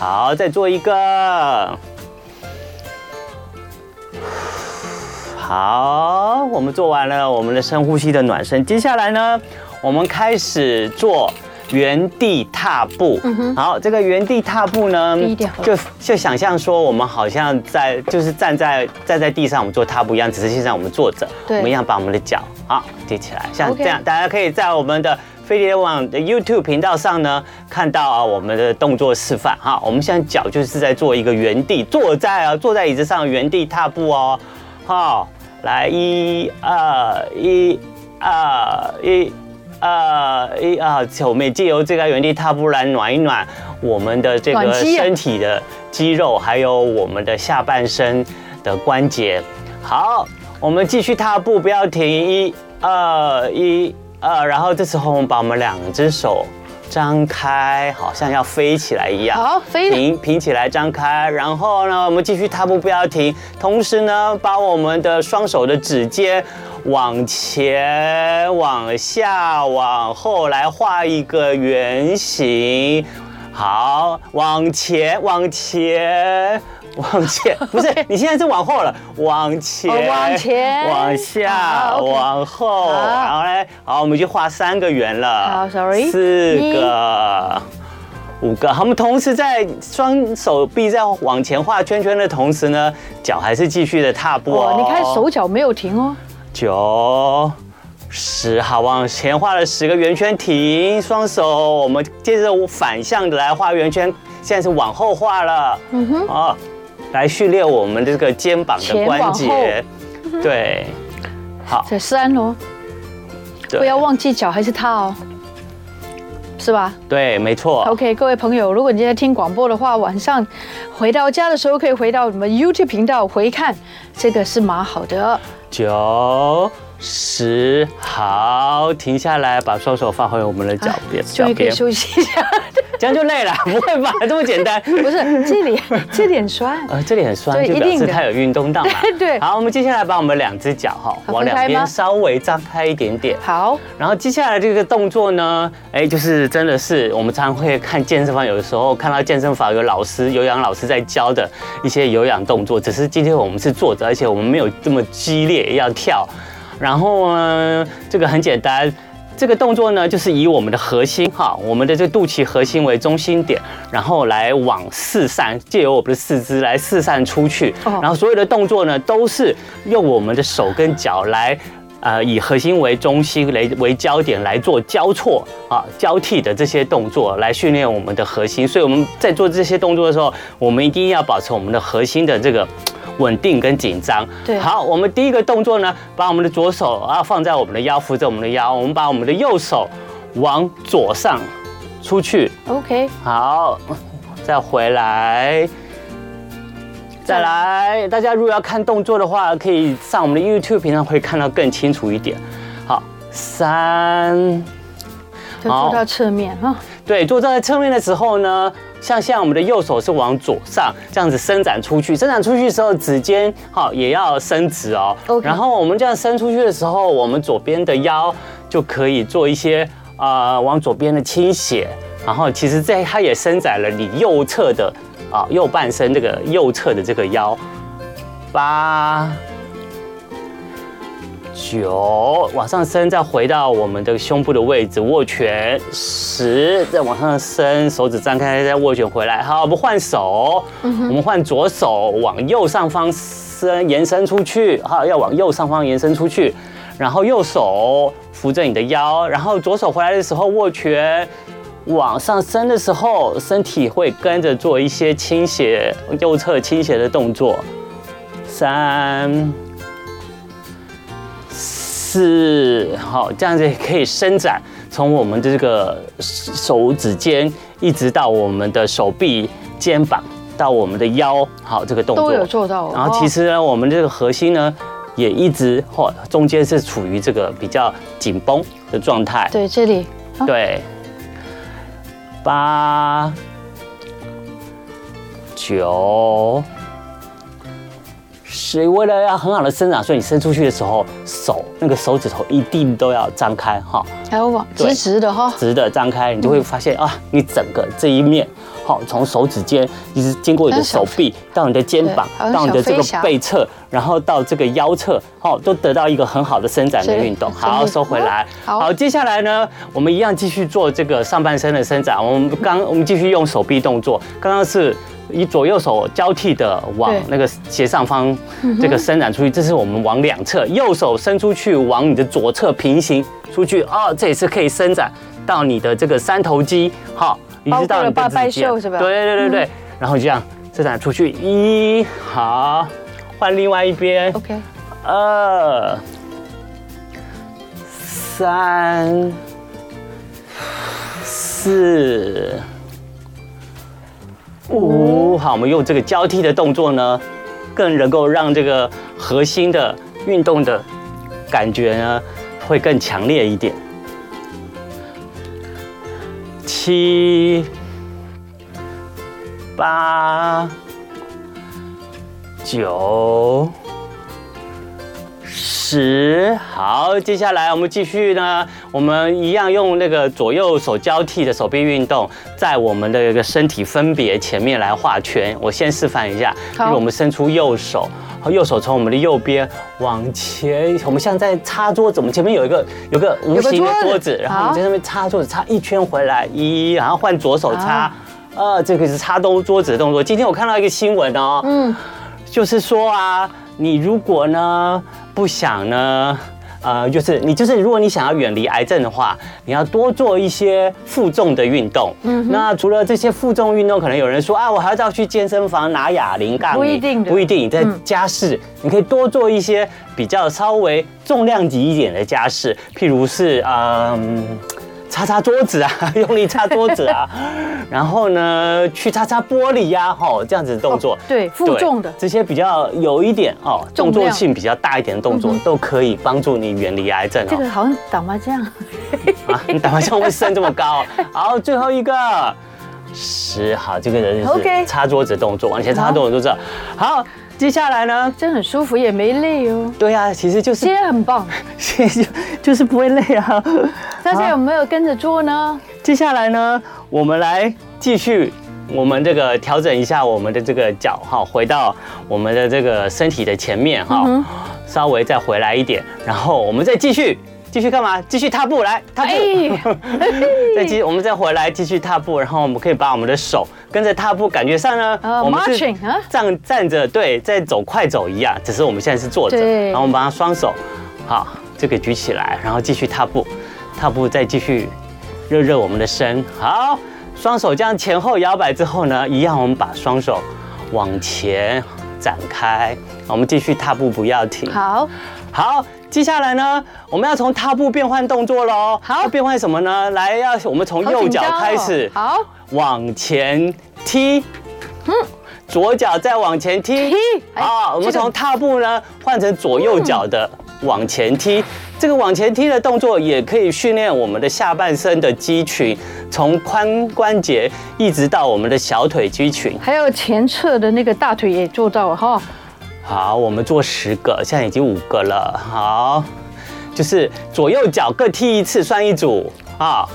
[SPEAKER 3] 好，再做一个。好，我们做完了我们的深呼吸的暖身，接下来呢，我们开始做原地踏步。好，这个原地踏步呢
[SPEAKER 2] 低调，
[SPEAKER 3] 就就想象说我们好像在就是站在站在地上，我们做踏步一样，只是现在我们坐着，我
[SPEAKER 2] 对
[SPEAKER 3] 们一样把我们的脚好提起来，像
[SPEAKER 2] OK
[SPEAKER 3] 这样，大家可以在我们的。飞碟网的 YouTube 频道上呢，看到啊我们的动作示范哈，我们现在脚就是在做一个原地坐在啊坐在椅子上原地踏步哦，好，来一二一二一二一二，我们也借由这个原地踏步来暖一暖我们的这个
[SPEAKER 2] 暖机啊
[SPEAKER 3] 身体的肌肉，还有我们的下半身的关节。好，我们继续踏步，不要停，一二一二，然后这时候我们把我们两只手张开，好像要飞起来一样。
[SPEAKER 2] 好，飞了。
[SPEAKER 3] 平平起来，张开，然后呢，我们继续踏步，不要停。同时呢，把我们的双手的指尖往前、往下、往后来画一个圆形。好，往前，往前，往前，不是，你现在是往后了，往前，
[SPEAKER 2] 哦往前
[SPEAKER 3] 往下，
[SPEAKER 2] 好，OK
[SPEAKER 3] 往后，
[SPEAKER 2] 好
[SPEAKER 3] 好嘞，好，我们就画三个圆了，
[SPEAKER 2] 好，sorry
[SPEAKER 3] 四
[SPEAKER 2] 一
[SPEAKER 3] 个。五个，好我们同时在双手臂在往前画圈圈的同时呢，脚还是继续的踏步哦
[SPEAKER 2] 哇，。你看手脚没有停哦，
[SPEAKER 3] 九十，好，往前画了十个圆圈，停，双手，我们接着反向的来画圆圈，现在是往后画了，嗯哼，哦，来训练我们的这个肩膀的
[SPEAKER 2] 前
[SPEAKER 3] 关
[SPEAKER 2] 往后
[SPEAKER 3] 节，对，好，
[SPEAKER 2] 这三哦，
[SPEAKER 3] 对
[SPEAKER 2] 不要忘记脚还是踏哦，是吧
[SPEAKER 3] 对，没错。
[SPEAKER 2] ？OK，各位朋友，如果你今天听广播的话，晚上回到家的时啊候可以回到我们 YouTube 频道回看，这个是蛮好的。
[SPEAKER 3] 九十，好，停下来，把双手放回我们的脚边，
[SPEAKER 2] 终
[SPEAKER 3] 脚
[SPEAKER 2] 于可以
[SPEAKER 3] 边，
[SPEAKER 2] 休息一下。
[SPEAKER 3] 这样就累 了，不会吧？这么简单？
[SPEAKER 2] 不是这里，这里很 酸。
[SPEAKER 3] 呃，这里很酸，
[SPEAKER 2] 对
[SPEAKER 3] 就
[SPEAKER 2] 一
[SPEAKER 3] 表
[SPEAKER 2] 定
[SPEAKER 3] 示
[SPEAKER 2] 的。
[SPEAKER 3] 它有运动到嘛
[SPEAKER 2] 对
[SPEAKER 3] 好，我们接下来把我们两只脚哈
[SPEAKER 2] 好
[SPEAKER 3] 往
[SPEAKER 2] 分
[SPEAKER 3] 两
[SPEAKER 2] 开
[SPEAKER 3] 边
[SPEAKER 2] 吗
[SPEAKER 3] 稍微张开一点点。
[SPEAKER 2] 好，
[SPEAKER 3] 然后接下来这个动作呢，哎，就是真的是我们常会看健身房，有的时候看到健身房有老师有氧老师在教的一些有氧动作，只是今天我们是坐着，而且我们没有这么激烈要跳。然后呢，这个很简单。这个动作呢，就是以我们的核心哈，我们的这肚脐核心为中心点，然后来往四散，借由我们的四肢来四散出去。
[SPEAKER 2] 哦
[SPEAKER 3] 然后所有的动作呢，都是用我们的手跟脚来。呃，以核心为中心来为焦点来做交错啊、交替的这些动作，来训练我们的核心。所以我们在做这些动作的时候，我们一定要保持我们的核心的这个稳定跟紧张。
[SPEAKER 2] 对
[SPEAKER 3] 好，我们第一个动作呢，把我们的左手啊放在我们的腰，扶着我们的腰，我们把我们的右手往左上出去，
[SPEAKER 2] OK，
[SPEAKER 3] 好，再回来，再来。大家如果要看动作的话，可以上我们的 YouTube 频道会看到更清楚一点。好，三，
[SPEAKER 2] 就
[SPEAKER 3] 好
[SPEAKER 2] 坐到侧面啊哈。
[SPEAKER 3] 对，坐在侧面的时候呢，像现在我们的右手是往左上这样子伸展出去，伸展出去的时候指尖好也要伸直哦。
[SPEAKER 2] OK
[SPEAKER 3] 然后我们这样伸出去的时候，我们左边的腰就可以做一些呃往左边的倾斜，然后其实这它也伸展了你右侧的啊、右半身这个右侧的这个腰。八。九，往上升，再回到我们的胸部的位置，握拳。十，再往上升，手指张开，再握拳回来。好，我们换手，我们换左手往右上方伸，延伸出去。好，要往右上方延伸出去，然后右手扶着你的腰，然后左手回来的时候握拳。往上升的时候，身体会跟着做一些倾斜，右侧倾斜的动作。三、四，好，这样子可以伸展，从我们的这个手指尖一直到我们的手臂、肩膀，到我们的腰，好，这个动作
[SPEAKER 2] 都有做到哦
[SPEAKER 3] 然后其实呢，我们这个核心呢，也一直或中间是处于这个比较紧绷的状态。
[SPEAKER 2] 对，这里
[SPEAKER 3] 对，八九十，为了要很好的生长，所以你伸出去的时候，手那个手指头一定都要张开哈，
[SPEAKER 2] 还有往
[SPEAKER 3] 对
[SPEAKER 2] 直直的哈。
[SPEAKER 3] 直的张开，你
[SPEAKER 2] 嗯
[SPEAKER 3] 就会发现啊，你整个这一面。好，从手指尖一直经过你的手臂，到你的肩膀
[SPEAKER 2] 对好，像
[SPEAKER 3] 到你的这个
[SPEAKER 2] 小飞侠
[SPEAKER 3] 背侧，然后到这个腰侧，好，都得到一个很好的伸展的
[SPEAKER 2] 是
[SPEAKER 3] 运动。
[SPEAKER 2] 是
[SPEAKER 3] 好，收回来。
[SPEAKER 2] 好
[SPEAKER 3] 好，接下来呢，我们一样继续做这个上半身的伸展。我们刚我们继续用手臂动作，刚刚是以左右手交替的往
[SPEAKER 2] 对嗯
[SPEAKER 3] 那个斜上方这个伸展出去，这是我们往两侧，右手伸出去往你的左侧平行出去，哦，这也是可以伸展到你的这个三头肌，好，一直到
[SPEAKER 2] 包括
[SPEAKER 3] 你的
[SPEAKER 2] 了八
[SPEAKER 3] 指
[SPEAKER 2] 拜
[SPEAKER 3] 尖
[SPEAKER 2] 袖是吧嗯
[SPEAKER 3] 对对对对，然后就这样伸展出去，一好，换另外一边。
[SPEAKER 2] OK，
[SPEAKER 3] 二、三、四、五。好，我们用这个交替的动作呢，更能够让这个核心的运动的感觉呢，会更强烈一点。七、八、九。十，好，接下来我们继续呢，我们一样用那个左右手交替的手臂运动，在我们的一个身体分别前面来画圈。我先示范一下，
[SPEAKER 2] 好
[SPEAKER 3] 就是我们伸出右手，右手从我们的右边往前，我们像在擦桌子，我们前面有一个有个无形的
[SPEAKER 2] 有个
[SPEAKER 3] 桌
[SPEAKER 2] 桌
[SPEAKER 3] 子
[SPEAKER 2] 子，
[SPEAKER 3] 然后我们
[SPEAKER 2] 好
[SPEAKER 3] 在那边擦桌子，擦一圈回来，一，然后换左手擦
[SPEAKER 2] 啊。
[SPEAKER 3] 二，这个是擦桌桌子的动作。今天我看到一个新闻哦，
[SPEAKER 2] 嗯，
[SPEAKER 3] 就是说啊，你如果呢不想呢，呃，就是你就是如果你想要远离癌症的话，你要多做一些负重的运动。嗯，那除了这些负重运动，可能有人说啊，我还要去健身房拿哑铃杠铃，
[SPEAKER 2] 不一定的
[SPEAKER 3] 不一定。你在
[SPEAKER 2] 嗯
[SPEAKER 3] 家事，你可以多做一些比较稍微重量级一点的家事，譬如是嗯。擦擦桌子啊， 用力擦桌子啊，然后呢去擦擦玻璃呀、吼这样子的动作。
[SPEAKER 2] 哦对，负重的。
[SPEAKER 3] 这些比较有一点哦，
[SPEAKER 2] 重量嗯
[SPEAKER 3] 动作性比较大一点的动作，都可以帮助你远离癌症
[SPEAKER 2] 这
[SPEAKER 3] 哦。
[SPEAKER 2] 个好像打麻将，
[SPEAKER 3] 啊，你打麻将会升这么高、哦好，最后一个。十好，这个人就是
[SPEAKER 2] OK
[SPEAKER 3] 擦桌子的动作，往前擦桌子的动作。好，接下来呢？
[SPEAKER 2] 真的很舒服，也没累哦。
[SPEAKER 3] 对呀、其实就是
[SPEAKER 2] 现在很
[SPEAKER 3] 啊
[SPEAKER 2] 棒，
[SPEAKER 3] 其实就就是不会累啊。
[SPEAKER 2] 大家有没有跟着做呢？
[SPEAKER 3] 接下来呢，我们来继续我们这个调整一下我们的这个脚哈，回到我们的这个身体的前面哈，
[SPEAKER 2] 嗯
[SPEAKER 3] 稍微再回来一点，然后我们再继续继续干嘛？继续踏步来踏步。
[SPEAKER 2] 哎
[SPEAKER 3] 再继我们再回来继续踏步，然后我们可以把我们的手跟着踏步，感觉上呢，
[SPEAKER 2] 呃
[SPEAKER 3] 我们
[SPEAKER 2] marching，啊
[SPEAKER 3] 站站着，对，在走快走一样，只是我们现在是坐着，
[SPEAKER 2] 对
[SPEAKER 3] 然后我们把它双手好这个举起来，然后继续踏步，踏步再继续热热我们的身，好，双手这样前后摇摆之后呢，一样我们把双手往前展开，我们继续踏步不要停，
[SPEAKER 2] 好，
[SPEAKER 3] 好，接下来呢，我们要从踏步变换动作喽。
[SPEAKER 2] 好
[SPEAKER 3] 要变换什么呢？来，要我们从
[SPEAKER 2] 好
[SPEAKER 3] 右
[SPEAKER 2] 紧
[SPEAKER 3] 脚
[SPEAKER 2] 张哦
[SPEAKER 3] 开始，
[SPEAKER 2] 好，
[SPEAKER 3] 往前踢，左脚再往前踢
[SPEAKER 2] 嗯踢，哎
[SPEAKER 3] 啊，我们
[SPEAKER 2] 这个
[SPEAKER 3] 从踏步呢换成左右脚的
[SPEAKER 2] 嗯
[SPEAKER 3] 往前踢。这个往前踢的动作也可以训练我们的下半身的肌群，从髋关节一直到我们的小腿肌群。
[SPEAKER 2] 还有前侧的那个大腿也做到了哈。
[SPEAKER 3] 好，我们做十个，现在已经五个了。好，就是左右脚各踢一次，算一组啊。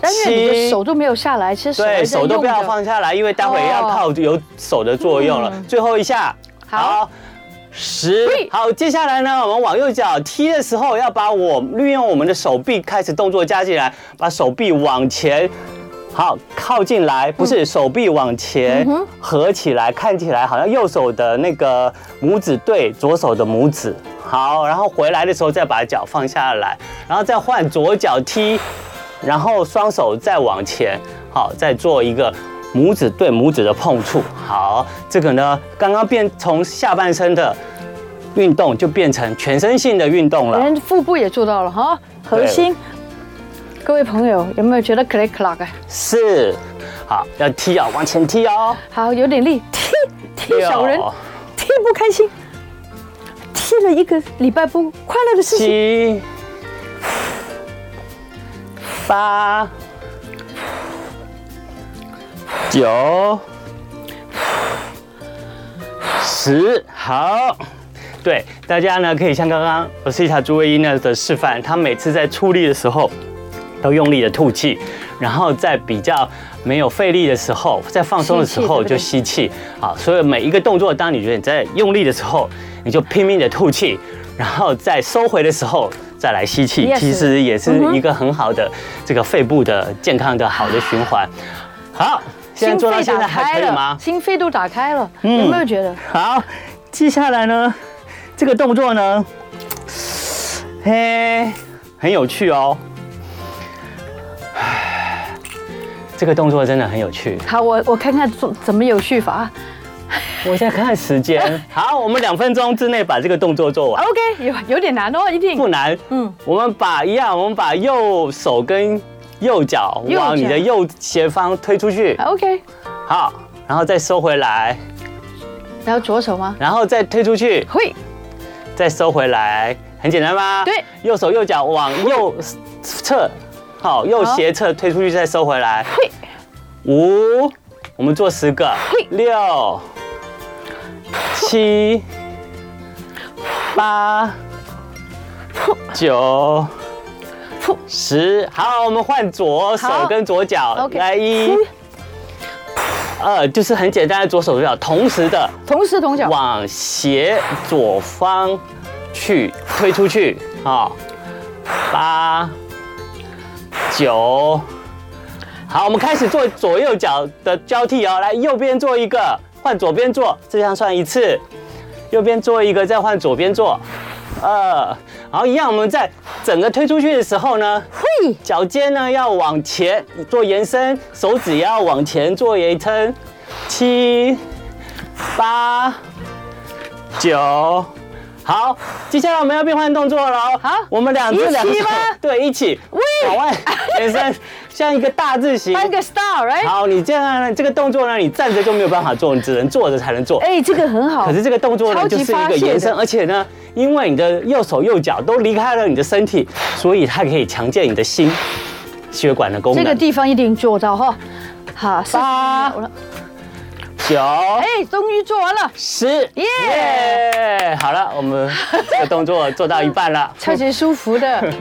[SPEAKER 2] 但因为你的
[SPEAKER 3] 七
[SPEAKER 2] 手都没有下来，其实还在
[SPEAKER 3] 对手都不要
[SPEAKER 2] 用着
[SPEAKER 3] 放下来，因为待会要
[SPEAKER 2] 哦嗯
[SPEAKER 3] 靠有手的作用了。最后一下，
[SPEAKER 2] 好，
[SPEAKER 3] 十
[SPEAKER 2] 嘿，
[SPEAKER 3] 好，接下来呢，我们往右脚踢的时候，要把我利用我们的手臂开始动作加进来，把手臂往前。好，靠近来，不
[SPEAKER 2] 嗯
[SPEAKER 3] 是手臂往前合起来，看起来好像右手的那个拇指对左手的拇指。好，然后回来的时候再把脚放下来，然后再换左脚踢，然后双手再往前，好，再做一个拇指对拇指的碰触。好，这个呢，刚刚变从下半身的运动就变成全身性的运动了。
[SPEAKER 2] 连腹部也做到了哈，核心。各位朋友，有没有觉得 click clock 啊？
[SPEAKER 3] 四，好，要踢哦，往前踢哦。
[SPEAKER 2] 好，有点力，踢踢小人
[SPEAKER 3] 六，
[SPEAKER 2] 踢不开心，踢了一个礼拜不快乐的事情，
[SPEAKER 3] 七、八、九、十，好。对，大家呢可以像刚刚我是一下朱卫一呢的示范，他每次在出力的时候都用力的吐气，然后在比较没有费力的时候，在放松的时候就吸气。好，啊所以每一个动作，当你觉得你在用力的时候，你就拼命的吐气，然后在收回的时候再来吸气，
[SPEAKER 2] Yes 嗯
[SPEAKER 3] 其实也是一个很好的这个肺部的健康的好的循环。好，现在
[SPEAKER 2] 心
[SPEAKER 3] 做到
[SPEAKER 2] 肺
[SPEAKER 3] 现在
[SPEAKER 2] 打
[SPEAKER 3] 还
[SPEAKER 2] 开
[SPEAKER 3] 可以吗嗯
[SPEAKER 2] 了，？心肺都打开了，有没有觉得？
[SPEAKER 3] 好，接下来呢，这个动作呢，嘿，很有趣哦。这个动作真的很有趣。
[SPEAKER 2] 好，我我看看怎怎么有序法。
[SPEAKER 3] 我在看时 间，好，我们两分钟之内把这个动作做完，
[SPEAKER 2] OK，有有点难哦，一定
[SPEAKER 3] 不难。
[SPEAKER 2] 嗯
[SPEAKER 3] 嗯，我们把一样，我们把右手跟右脚
[SPEAKER 2] 右
[SPEAKER 3] 往你
[SPEAKER 2] 脚
[SPEAKER 3] 的右斜方推出去，
[SPEAKER 2] OK。
[SPEAKER 3] 好，然后再收回来，
[SPEAKER 2] 然后左手吗？
[SPEAKER 3] 然后再推出去，
[SPEAKER 2] 会，
[SPEAKER 3] 再收回来，很简单吧？
[SPEAKER 2] 对，
[SPEAKER 3] 右手右脚往右侧，好，右斜侧推出去再收回来。
[SPEAKER 2] 嘿，
[SPEAKER 3] 五，我们做十个
[SPEAKER 2] 嘿，
[SPEAKER 3] 六、七、八、 九
[SPEAKER 2] 噗、
[SPEAKER 3] 十。好，我们换左手
[SPEAKER 2] 好
[SPEAKER 3] 跟左脚
[SPEAKER 2] OK
[SPEAKER 3] 来一。二就是很简单的左手右脚同时的
[SPEAKER 2] 同时同脚。
[SPEAKER 3] 往斜左方去推出去，好，八九，好，我们开始做左右脚的交替哦，来，右边做一个，换左边做，这样算一次，右边做一个，再换左边做，二，然后一样，我们在整个推出去的时候呢，
[SPEAKER 2] 嘿，
[SPEAKER 3] 脚尖呢要往前做延伸，手指也要往前做延伸。七、八、九，好，接下来我们要变换动作了哦。
[SPEAKER 2] 好
[SPEAKER 3] 我们两只
[SPEAKER 2] 一起
[SPEAKER 3] 两手
[SPEAKER 2] 吗，
[SPEAKER 3] 对，一起。
[SPEAKER 2] 喂
[SPEAKER 3] 脚腕延伸，像一个大 字形。
[SPEAKER 2] 搬个 star，right？
[SPEAKER 3] 好，你这样呢这个动作呢，你站着就没有办法做，你只能坐着才能做。
[SPEAKER 2] 哎，这个很好。
[SPEAKER 3] 可是这个动作
[SPEAKER 2] 超
[SPEAKER 3] 呢，
[SPEAKER 2] 级
[SPEAKER 3] 就是
[SPEAKER 2] 发
[SPEAKER 3] 一个
[SPEAKER 2] 泄的
[SPEAKER 3] 延伸，而且呢，因为你的右手右脚都离开了你的身体，所以它可以强健你的心血管的功
[SPEAKER 2] 这
[SPEAKER 3] 能。
[SPEAKER 2] 个地方一定做到哈。好，是
[SPEAKER 3] 八
[SPEAKER 2] 好了，
[SPEAKER 3] 九
[SPEAKER 2] 哎，终于做完了。
[SPEAKER 3] 十，
[SPEAKER 2] 哎耶
[SPEAKER 3] 耶！好了，我们这个动作做到一 半了。
[SPEAKER 2] 超级舒服 的。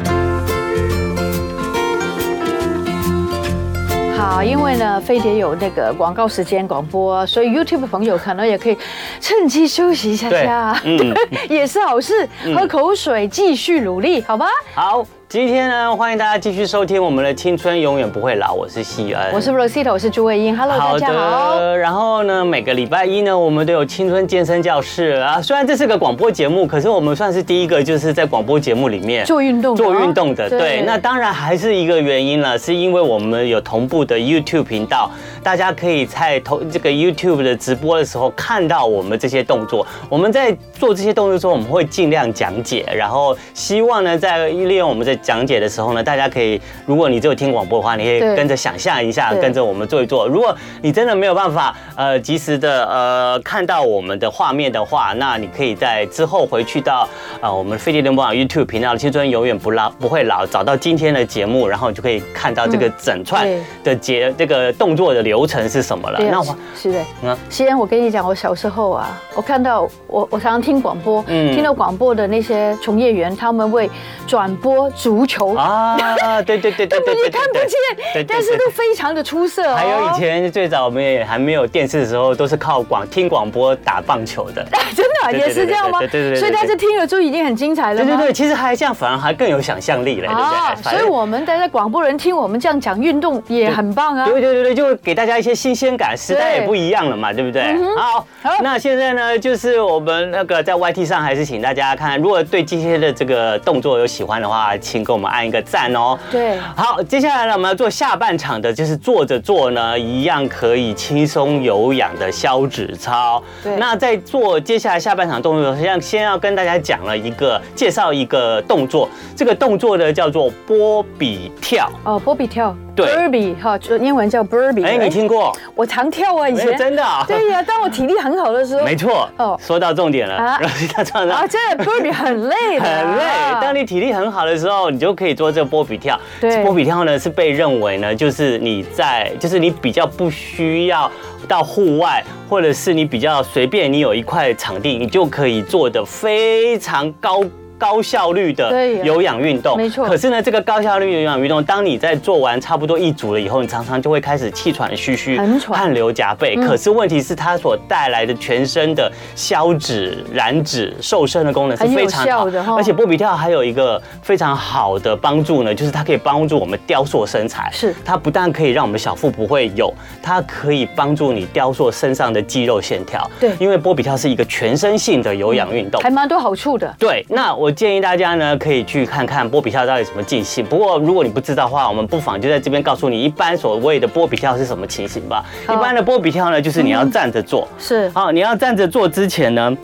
[SPEAKER 2] 好，因为呢，飞碟有那个广告时间广播，所以 YouTube 的朋友可能也可以趁机休息一下下，
[SPEAKER 3] 对嗯
[SPEAKER 2] 也是好事。喝口水，继续努力，好吧？
[SPEAKER 3] 好，今天呢，欢迎大家继续收听我们的《青春永远不会老》，我是西恩，
[SPEAKER 2] 我是 Rosita，我是朱慧英，Hello，大
[SPEAKER 3] 好
[SPEAKER 2] 家好。
[SPEAKER 3] 的，然后呢，每个礼拜一呢，我们都有青春健身教室啊。虽然这是个广播节目，可是我们算是第一个就是在广播节目里面
[SPEAKER 2] 做运动的啊
[SPEAKER 3] 做运动的。
[SPEAKER 2] 对
[SPEAKER 3] 对，那当然还是一个原因了，是因为我们有同步的 YouTube 频道，大家可以在投这个 YouTube 的直播的时候看到我们这些动作。我们在做这些动作的时候，我们会尽量讲解，然后希望呢，在利用我们在讲解的时候呢，大家可以，如果你只有听广播的话，你可以
[SPEAKER 2] 对
[SPEAKER 3] 跟着想象一下，
[SPEAKER 2] 对
[SPEAKER 3] 跟着。我们做一做。如果你真的没有办法呃及时的呃看到我们的画面的话，那你可以在之后回去到呃我们飞碟联播网 YouTube 频道《青春永远不老不会老》，找到今天的节目，然后你就可以看到这个整串
[SPEAKER 2] 嗯对
[SPEAKER 3] 的节、这个动作的流程是什么了。
[SPEAKER 2] 对
[SPEAKER 3] 那
[SPEAKER 2] 啊
[SPEAKER 3] 我，
[SPEAKER 2] 是的。
[SPEAKER 3] 嗯
[SPEAKER 2] 西安，我跟你讲，我小时候啊，我看到我我常常听广播，
[SPEAKER 3] 嗯
[SPEAKER 2] 听到广播的那些从业员，他们会转播足球
[SPEAKER 3] 啊，对对对对
[SPEAKER 2] 根
[SPEAKER 3] 对
[SPEAKER 2] 本
[SPEAKER 3] 对
[SPEAKER 2] 也
[SPEAKER 3] 对
[SPEAKER 2] 看不
[SPEAKER 3] 对对对
[SPEAKER 2] 见，但是都非常的出色哦。
[SPEAKER 3] 还有以前最早我们也还没有电视的时候，都是靠广听广播打棒球的。
[SPEAKER 2] 真 的啊
[SPEAKER 3] 对对对
[SPEAKER 2] 也是这样吗？
[SPEAKER 3] 对对对对对
[SPEAKER 2] 所以大家听了就已经很精彩了
[SPEAKER 3] 对
[SPEAKER 2] 吗。哦啊
[SPEAKER 3] 对对，其实还这样反而还更有想象力了，对不对？
[SPEAKER 2] 所
[SPEAKER 3] 反
[SPEAKER 2] 以
[SPEAKER 3] 正
[SPEAKER 2] 我们待在广播人听我们这样讲运动也很棒啊。
[SPEAKER 3] 对对对对，就给大家一些新鲜感，时代也
[SPEAKER 2] 对嗯
[SPEAKER 3] 不一样了嘛，对不对？好
[SPEAKER 2] 好，
[SPEAKER 3] 那现在呢，就是我们那个在 YT 上，还是请大家看，如果对今天的这个动作有喜欢的话，请给我们按一个赞哦。
[SPEAKER 2] 对
[SPEAKER 3] 好，接下来呢，我们要做下半场的，就是坐着做呢，一样可以轻松有氧的消脂操。
[SPEAKER 2] 对
[SPEAKER 3] 那在做接下来下半场动作，实际上先要跟大家讲了一个介绍一个动作，这个动作呢叫做波比跳。
[SPEAKER 2] 哦，波比跳，
[SPEAKER 3] 对
[SPEAKER 2] burby 哈，就英文叫 burby。
[SPEAKER 3] 哎，你听过？
[SPEAKER 2] 我常跳啊，以
[SPEAKER 3] 哎
[SPEAKER 2] 前
[SPEAKER 3] 真的啊
[SPEAKER 2] 对呀，当我体力很好的时候。
[SPEAKER 3] 没错，
[SPEAKER 2] 哦
[SPEAKER 3] 说到重点了，
[SPEAKER 2] 啊
[SPEAKER 3] 然后他唱
[SPEAKER 2] 啊，
[SPEAKER 3] 到
[SPEAKER 2] 这 burby 很累的啊，
[SPEAKER 3] 很累。当你体力很好的时候，你就可以做这个波比跳。
[SPEAKER 2] 对
[SPEAKER 3] 这波比跳呢是被认为呢，就是你在，就是你比较不需要到户外，或者是你比较随便，你有一块场地，你就可以做的非常高。高效率的
[SPEAKER 2] 对呀
[SPEAKER 3] 有氧运动，
[SPEAKER 2] 没错
[SPEAKER 3] 可是呢，这个高效率有氧运动，当你在做完差不多一组了以后，你常常就会开始气喘吁吁、
[SPEAKER 2] 很喘嗯
[SPEAKER 3] 汗流浃背。可是问题是，它所带来的全身的消脂、燃脂、瘦身的功能是
[SPEAKER 2] 很有
[SPEAKER 3] 非常好
[SPEAKER 2] 效的哈
[SPEAKER 3] 而且波比跳还有一个非常好的帮助呢，就是它可以帮助我们雕塑身材。
[SPEAKER 2] 是
[SPEAKER 3] 它不但可以让我们小腹不会有，它可以帮助你雕塑身上的肌肉线条。
[SPEAKER 2] 对嗯
[SPEAKER 3] 因为波比跳是一个全身性的有氧运动
[SPEAKER 2] 还。蛮多好处的。
[SPEAKER 3] 对，那我建议大家呢，可以去看看波比跳到底怎么进行。不过，如果你不知道的话，我们不妨就在这边告诉你，一般所谓的波比跳是什么情形吧。
[SPEAKER 2] 好嗯
[SPEAKER 3] 一般的波比跳呢，就是你要站着做。
[SPEAKER 2] 是
[SPEAKER 3] 好，你要站着做之前呢，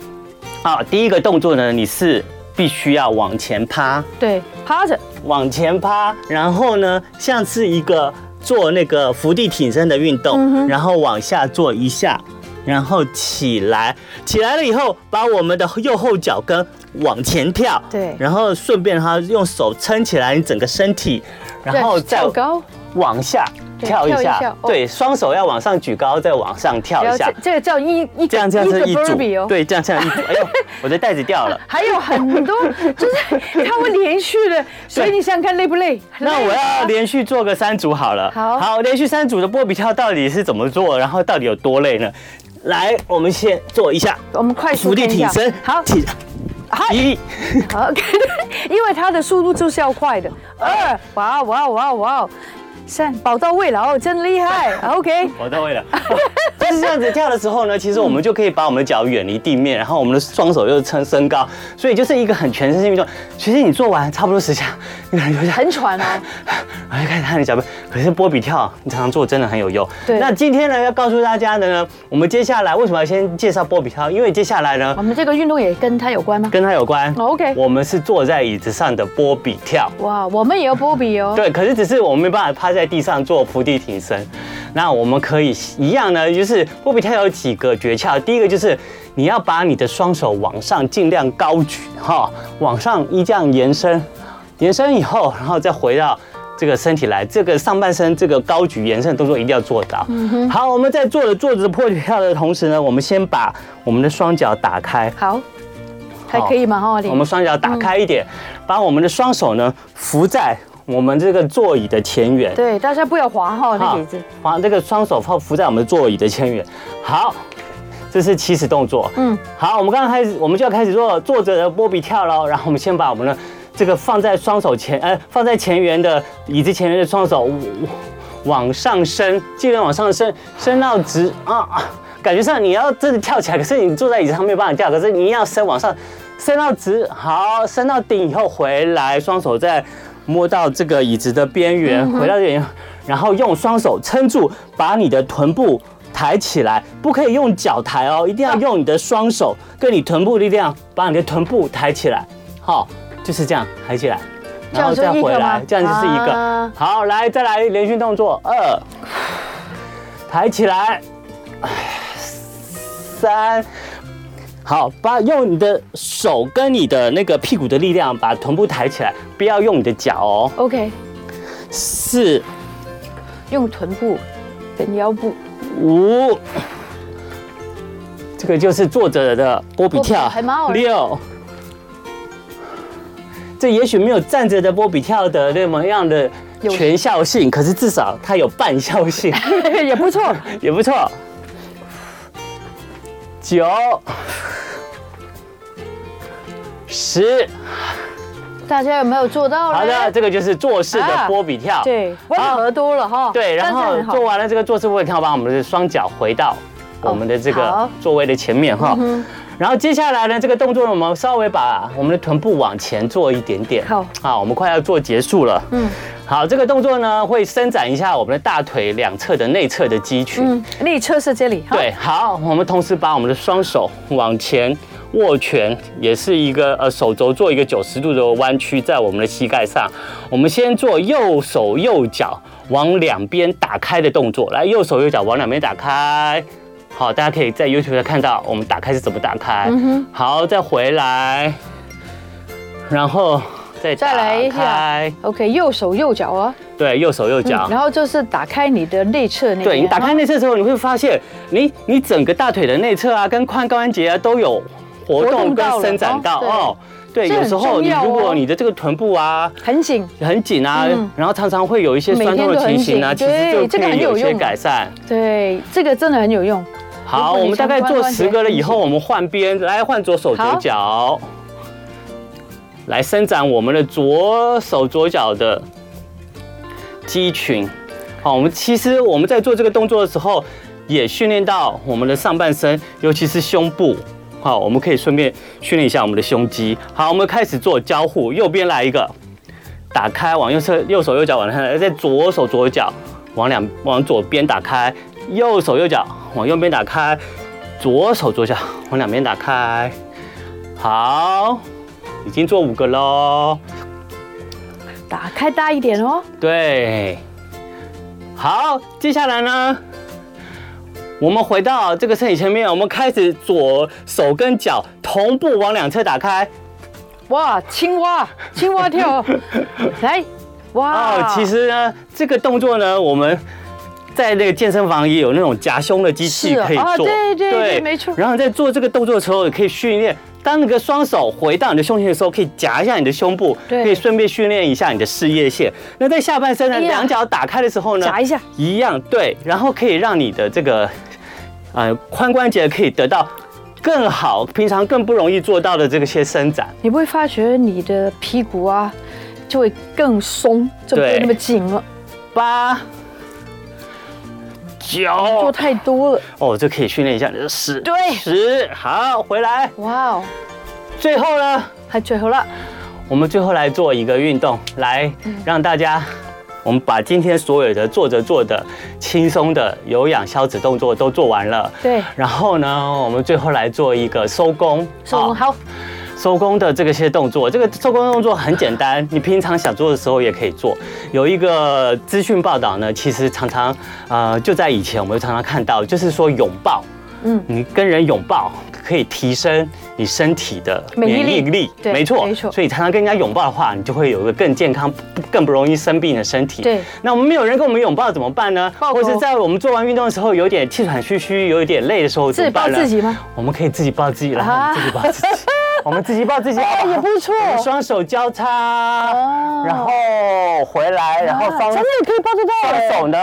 [SPEAKER 3] 好，第一个动作呢，你是必须要往前趴，
[SPEAKER 2] 对，趴着，
[SPEAKER 3] 往前趴，然后呢，像是一个做那个伏地挺身的运动，
[SPEAKER 2] 嗯
[SPEAKER 3] 然后往下做一下，然后起来，起来了以后，把我们的右后脚跟往前跳，
[SPEAKER 2] 对
[SPEAKER 3] 然后顺便哈用手撑起来你整个身体，然后
[SPEAKER 2] 对
[SPEAKER 3] 再
[SPEAKER 2] 跳高，
[SPEAKER 3] 往下
[SPEAKER 2] 对
[SPEAKER 3] 跳一
[SPEAKER 2] 跳一
[SPEAKER 3] 下，
[SPEAKER 2] 下哦
[SPEAKER 3] 对，双手要往上举高，再往上跳一
[SPEAKER 2] 了
[SPEAKER 3] 下
[SPEAKER 2] 解，，这个叫一一
[SPEAKER 3] 这样这样
[SPEAKER 2] 个
[SPEAKER 3] 是一组
[SPEAKER 2] burby 哦，，
[SPEAKER 3] 对，这样这样一 组。哎呦，我的袋子掉了。
[SPEAKER 2] 还有很 多，就是他们连续的，所以你想想看累不累？
[SPEAKER 3] 那
[SPEAKER 2] 累
[SPEAKER 3] 我要
[SPEAKER 2] 啊
[SPEAKER 3] 连续做个三组好了。
[SPEAKER 2] 好
[SPEAKER 3] 连续三组的波比跳到底是怎么做？然后到底有多累呢？来，我们先做一下
[SPEAKER 2] 我们快速
[SPEAKER 3] 伏地
[SPEAKER 2] 看一
[SPEAKER 3] 挺
[SPEAKER 2] 下
[SPEAKER 3] 身。
[SPEAKER 2] 好，
[SPEAKER 3] 起，
[SPEAKER 2] 好
[SPEAKER 3] 一，
[SPEAKER 2] 好，OK，因 为它的速度就是要快的。二，哇哦哇哦哇哦哇哦，三，保到位了哦，真厉害。OK，
[SPEAKER 3] 我到位了。这是这样子跳的时 候呢，其实我们就可以把我们的脚远离地面，然后我们的双手又撑升高，所以就是一个很全身性运动。其实你做完差不多十下，你可能有点
[SPEAKER 2] 很喘哦。
[SPEAKER 3] 然后就开哎始看你脚背。可是波比跳，你常常做真的很有用。
[SPEAKER 2] 对
[SPEAKER 3] 那今天呢，要告诉大家的呢，我们接下来为什么要先介绍波比跳？因为接下来呢
[SPEAKER 2] 我，们这个运动也跟它有关吗？
[SPEAKER 3] 跟它有关。
[SPEAKER 2] 哦，OK
[SPEAKER 3] 我们是坐在椅子上的波比跳。
[SPEAKER 2] 哇，我们也有波比哦。
[SPEAKER 3] 对，可是只是我们没办法趴在地上做伏地挺身，那我们可以一样呢，就是波比跳有几个诀窍，第一个就是你要把你的双手往上尽量高举，哈，往上一这样延伸，延伸以后，然后再回到。这个身体来，这个上半身这个高举延伸的动作一定要做到。好，我们在做着坐着波比跳的同时呢，我们先把我们的双脚打开，
[SPEAKER 2] 好，还可以吗？哈，你
[SPEAKER 3] 我们双脚打开一点，把我们的双手呢扶在我们这个座椅的前缘。
[SPEAKER 2] 对，大家不要滑哈，那
[SPEAKER 3] 好，
[SPEAKER 2] 椅子。
[SPEAKER 3] 好，这个双手放扶在我们的座椅的前缘。好，这是起始动作。
[SPEAKER 2] 嗯，
[SPEAKER 3] 好，我们刚刚开始，我们就要开始做坐着的波比跳喽。然后我们先把我们的这个放在双手前，呃，放在前缘的椅子前缘的双手往往上升，尽量往上升，升到直啊啊！感觉上你要真的跳起来，可是你坐在椅子上没有办法跳，可是你一定要升往上，升到直，好，升到顶以后回来，双手再摸到这个椅子的边缘，回到这里，然后用双手撑住，把你的臀部抬起来，不可以用脚抬哦，一定要用你的双手跟你臀部力量把你的臀部抬起来，好，就是这样抬起来，
[SPEAKER 2] 这样
[SPEAKER 3] 然后再
[SPEAKER 2] 就一个
[SPEAKER 3] 回来
[SPEAKER 2] 吗，
[SPEAKER 3] 这样就是一个。
[SPEAKER 2] 啊
[SPEAKER 3] 好，来再来连续动作，二，抬起来，三。好，把用你的手跟你的那个屁股的力量把臀部抬起来，不要用你的脚哦。
[SPEAKER 2] OK，
[SPEAKER 3] 四、
[SPEAKER 2] 用臀部跟腰部。
[SPEAKER 3] 五，这个就是坐着的波比
[SPEAKER 2] 波
[SPEAKER 3] 跳，
[SPEAKER 2] 比还蛮好玩
[SPEAKER 3] 六，这也许没有站着的波比跳的那么样的
[SPEAKER 2] 有
[SPEAKER 3] 全效性，可是至少它有半效性，
[SPEAKER 2] 也不 错，
[SPEAKER 3] 也不错。九，十，
[SPEAKER 2] 大家有没有做到呢？
[SPEAKER 3] 好的，这个就是坐式的
[SPEAKER 2] 啊
[SPEAKER 3] 波比跳。
[SPEAKER 2] 对，温和多了哈。
[SPEAKER 3] 对，然
[SPEAKER 2] 这样
[SPEAKER 3] 后
[SPEAKER 2] 子很好
[SPEAKER 3] 做完了这个坐姿位跳，把我们的双脚回到我们的这
[SPEAKER 2] 哦
[SPEAKER 3] 个
[SPEAKER 2] 好嗯
[SPEAKER 3] 座位的前面哈。然后接下来呢，这个动作呢，我们稍微把我们的臀部往前做一点点。
[SPEAKER 2] 好
[SPEAKER 3] 好，我们快要做结束了。
[SPEAKER 2] 嗯
[SPEAKER 3] 好，这个动作呢，会伸展一下我们的大腿两侧的内侧的肌群。
[SPEAKER 2] 嗯，内侧是这里哈。
[SPEAKER 3] 对，好，我们同时把我们的双手往前握拳，也是一个呃手肘做一个九十度的弯曲在我们的膝盖上。我们先做右手右脚往两边打开的动作，来，右手右脚往两边打开。好，大家可以在 YouTube 上看到我们打开是怎么打开。
[SPEAKER 2] 嗯
[SPEAKER 3] 好，再回来，然后再
[SPEAKER 2] 再来一下
[SPEAKER 3] 打开。
[SPEAKER 2] OK，右手右脚哦，
[SPEAKER 3] 对，右手右
[SPEAKER 2] 嗯
[SPEAKER 3] 脚。
[SPEAKER 2] 然后就是打开你的内侧那边。
[SPEAKER 3] 对你打开
[SPEAKER 2] 哈
[SPEAKER 3] 内侧之后，你会发现你你整个大腿的内侧啊，跟髋关节啊都有活
[SPEAKER 2] 活
[SPEAKER 3] 动
[SPEAKER 2] 动
[SPEAKER 3] 跟
[SPEAKER 2] 到了
[SPEAKER 3] 伸展到哦
[SPEAKER 2] 哦。
[SPEAKER 3] 对，
[SPEAKER 2] 这
[SPEAKER 3] 有
[SPEAKER 2] 很
[SPEAKER 3] 时候
[SPEAKER 2] 重
[SPEAKER 3] 你
[SPEAKER 2] 要哦
[SPEAKER 3] 如果你的这个臀部啊
[SPEAKER 2] 很紧，
[SPEAKER 3] 很紧啊
[SPEAKER 2] 嗯，
[SPEAKER 3] 然后常常会有一些
[SPEAKER 2] 每
[SPEAKER 3] 酸
[SPEAKER 2] 天
[SPEAKER 3] 痛的
[SPEAKER 2] 都很
[SPEAKER 3] 情形啊，其
[SPEAKER 2] 紧
[SPEAKER 3] 实
[SPEAKER 2] 对
[SPEAKER 3] 就
[SPEAKER 2] 这个
[SPEAKER 3] 可以
[SPEAKER 2] 很有
[SPEAKER 3] 有一些
[SPEAKER 2] 用
[SPEAKER 3] 改善。
[SPEAKER 2] 对，这个真的很有用。
[SPEAKER 3] 好，
[SPEAKER 2] 如果
[SPEAKER 3] 我
[SPEAKER 2] 你
[SPEAKER 3] 们大
[SPEAKER 2] 像
[SPEAKER 3] 概
[SPEAKER 2] 髋
[SPEAKER 3] 做
[SPEAKER 2] 关节
[SPEAKER 3] 十个了以后，
[SPEAKER 2] 很
[SPEAKER 3] 我们换边，来换左手左
[SPEAKER 2] 好
[SPEAKER 3] 脚，来伸展我们的左手左脚的肌群。好，我们其实我们在做这个动作的时候，也训练到我们的上半身，尤其是胸部。好，我们可以顺便训练一下我们的胸肌。好，我们开始做交互，右边来一个，打开，往右侧，右手右脚往上来，再左手左脚往两往左边打开，右手右脚往右边打开，左手左脚往两边打开。好，已经做五个喽。
[SPEAKER 2] 打开大一点哦，
[SPEAKER 3] 对，好，接下来呢，我们回到这个身体前面，我们开始左手跟脚同步往两侧打开。
[SPEAKER 2] 哇，青蛙，青蛙 跳哦，来，哇，
[SPEAKER 3] 哦，其实呢，这个动作呢，我们在那个健身房也有那种夹胸的机器
[SPEAKER 2] 是哦
[SPEAKER 3] 可以
[SPEAKER 2] 啊
[SPEAKER 3] 做，
[SPEAKER 2] 对对对没错
[SPEAKER 3] 然后在做这个动作的时候，也可以训练。当那个双手回到你的胸前的时候，可以夹一下你的胸部，
[SPEAKER 2] 对
[SPEAKER 3] 可以顺便训练一下你的事业线。那在下半身呢，
[SPEAKER 2] 哎呀
[SPEAKER 3] 两脚打开的时候呢，
[SPEAKER 2] 夹一下，
[SPEAKER 3] 一样对，然后可以让你的这个呃髋关节可以得到更好，平常更不容易做到的这些伸展。
[SPEAKER 2] 你不会发觉你的屁股啊就会更松，就不会
[SPEAKER 3] 对
[SPEAKER 2] 那么紧了。
[SPEAKER 3] 八、九
[SPEAKER 2] 做太多了，
[SPEAKER 3] 哦，这可以训练一下你的十，
[SPEAKER 2] 对
[SPEAKER 3] 十好回来。
[SPEAKER 2] 哇哦，
[SPEAKER 3] 最后呢，
[SPEAKER 2] 还最后了，
[SPEAKER 3] 我们最后来做一个运动，来让大家，我们把今天所有的坐着做的轻松的有氧消脂动作都做完了。
[SPEAKER 2] 对
[SPEAKER 3] 然后呢，我们最后来做一个收工，
[SPEAKER 2] 手工
[SPEAKER 3] 哦
[SPEAKER 2] 好，
[SPEAKER 3] 收工的这个些动作，这个收工动作很简单，你平常想做的时候也可以做。有一个资讯报道呢，其实常常呃就在以前我们常常看到，就是说拥抱，
[SPEAKER 2] 嗯，
[SPEAKER 3] 你跟人拥抱可以提升你身体的
[SPEAKER 2] 免疫
[SPEAKER 3] 免
[SPEAKER 2] 力
[SPEAKER 3] 疫力，
[SPEAKER 2] 对
[SPEAKER 3] 没错，
[SPEAKER 2] 没错
[SPEAKER 3] 所以常常跟人家拥抱的话，你就会有一个更健康、不更不容易生病的身体。
[SPEAKER 2] 对，
[SPEAKER 3] 那我们没有人跟我们拥抱怎么办呢？
[SPEAKER 2] 抱
[SPEAKER 3] 或
[SPEAKER 2] 头
[SPEAKER 3] 是在我们做完运动的时候有点气喘吁吁、有一点累的时候
[SPEAKER 2] 自
[SPEAKER 3] 怎
[SPEAKER 2] 己
[SPEAKER 3] 么
[SPEAKER 2] 抱
[SPEAKER 3] 办呢？
[SPEAKER 2] 自己吗？
[SPEAKER 3] 我们可以自己抱自己，然后我们自己抱自己， 我们自己抱自己，
[SPEAKER 2] 啊哎，也不错，
[SPEAKER 3] 我们双手交叉，
[SPEAKER 2] 哦
[SPEAKER 3] 然后回来，然后
[SPEAKER 2] 啊
[SPEAKER 3] 双
[SPEAKER 2] 真的也可以抱得到哎，
[SPEAKER 3] 双手呢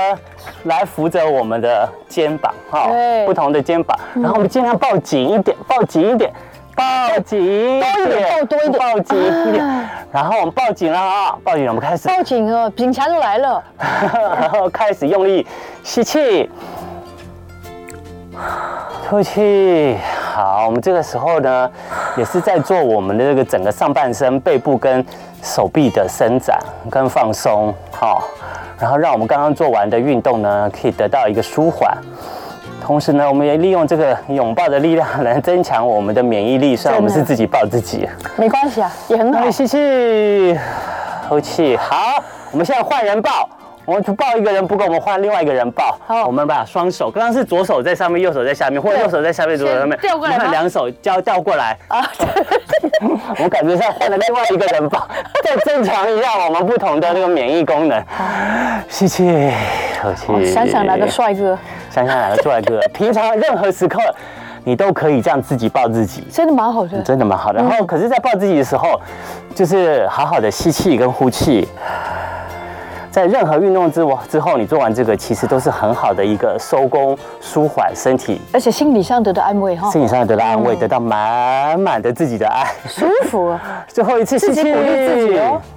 [SPEAKER 3] 来扶着我们的肩膀，哈
[SPEAKER 2] 对，嗯
[SPEAKER 3] 不同的肩膀，然后我们尽量抱紧一点，抱紧一点。抱紧一
[SPEAKER 2] 多一点抱多一点
[SPEAKER 3] 抱紧一点
[SPEAKER 2] 啊，
[SPEAKER 3] 然后我们抱紧了啊，抱紧了，我们开始，
[SPEAKER 2] 抱紧哦，警察都来了，
[SPEAKER 3] 然后开始用力吸气，吐气。好，我们这个时候呢，也是在做我们的这个整个上半身、背部跟手臂的伸展跟放松，好、然后让我们刚刚做完的运动呢，可以得到一个舒缓。同时呢，我们也利用这个拥抱的力量来增强我们的免疫力。虽然我们
[SPEAKER 2] 真
[SPEAKER 3] 是
[SPEAKER 2] 的
[SPEAKER 3] 自己抱自己，
[SPEAKER 2] 没关系啊，也很好
[SPEAKER 3] 来，吸气，呼气。好，我们现在换人抱，我们抱一个人不够，我们换另外一个人抱。
[SPEAKER 2] 好
[SPEAKER 3] 我们把双手，刚刚是左手在上面，右手在下面，或者
[SPEAKER 2] 对
[SPEAKER 3] 右手在下面，左手在上面，
[SPEAKER 2] 先调过来
[SPEAKER 3] 我们
[SPEAKER 2] 吗
[SPEAKER 3] 两手交调过来。
[SPEAKER 2] 啊，
[SPEAKER 3] 我感觉像换了另外一个人抱， 再增强一下我们不同的那个免疫功能。吸气，呼
[SPEAKER 2] 我
[SPEAKER 3] 气。
[SPEAKER 2] 想想哪个帅哥，
[SPEAKER 3] 想想哪个帅哥？平常任何时刻，你都可以这样自己抱自己。
[SPEAKER 2] 真的蛮好的，
[SPEAKER 3] 真的蛮好
[SPEAKER 2] 嗯
[SPEAKER 3] 的。然后，可是，在抱自己的时候，就是好好的吸气跟呼气。在任何运动之之后，你做完这个，其实都是很好的一个收工、舒缓身体、
[SPEAKER 2] 而且心理上得到安慰哈，
[SPEAKER 3] 心理上得到安
[SPEAKER 2] 嗯
[SPEAKER 3] 慰，得到满满的自己的爱。
[SPEAKER 2] 舒服啊，
[SPEAKER 3] 最后一次吸
[SPEAKER 2] 自己
[SPEAKER 3] 气，
[SPEAKER 2] 鼓励自己哦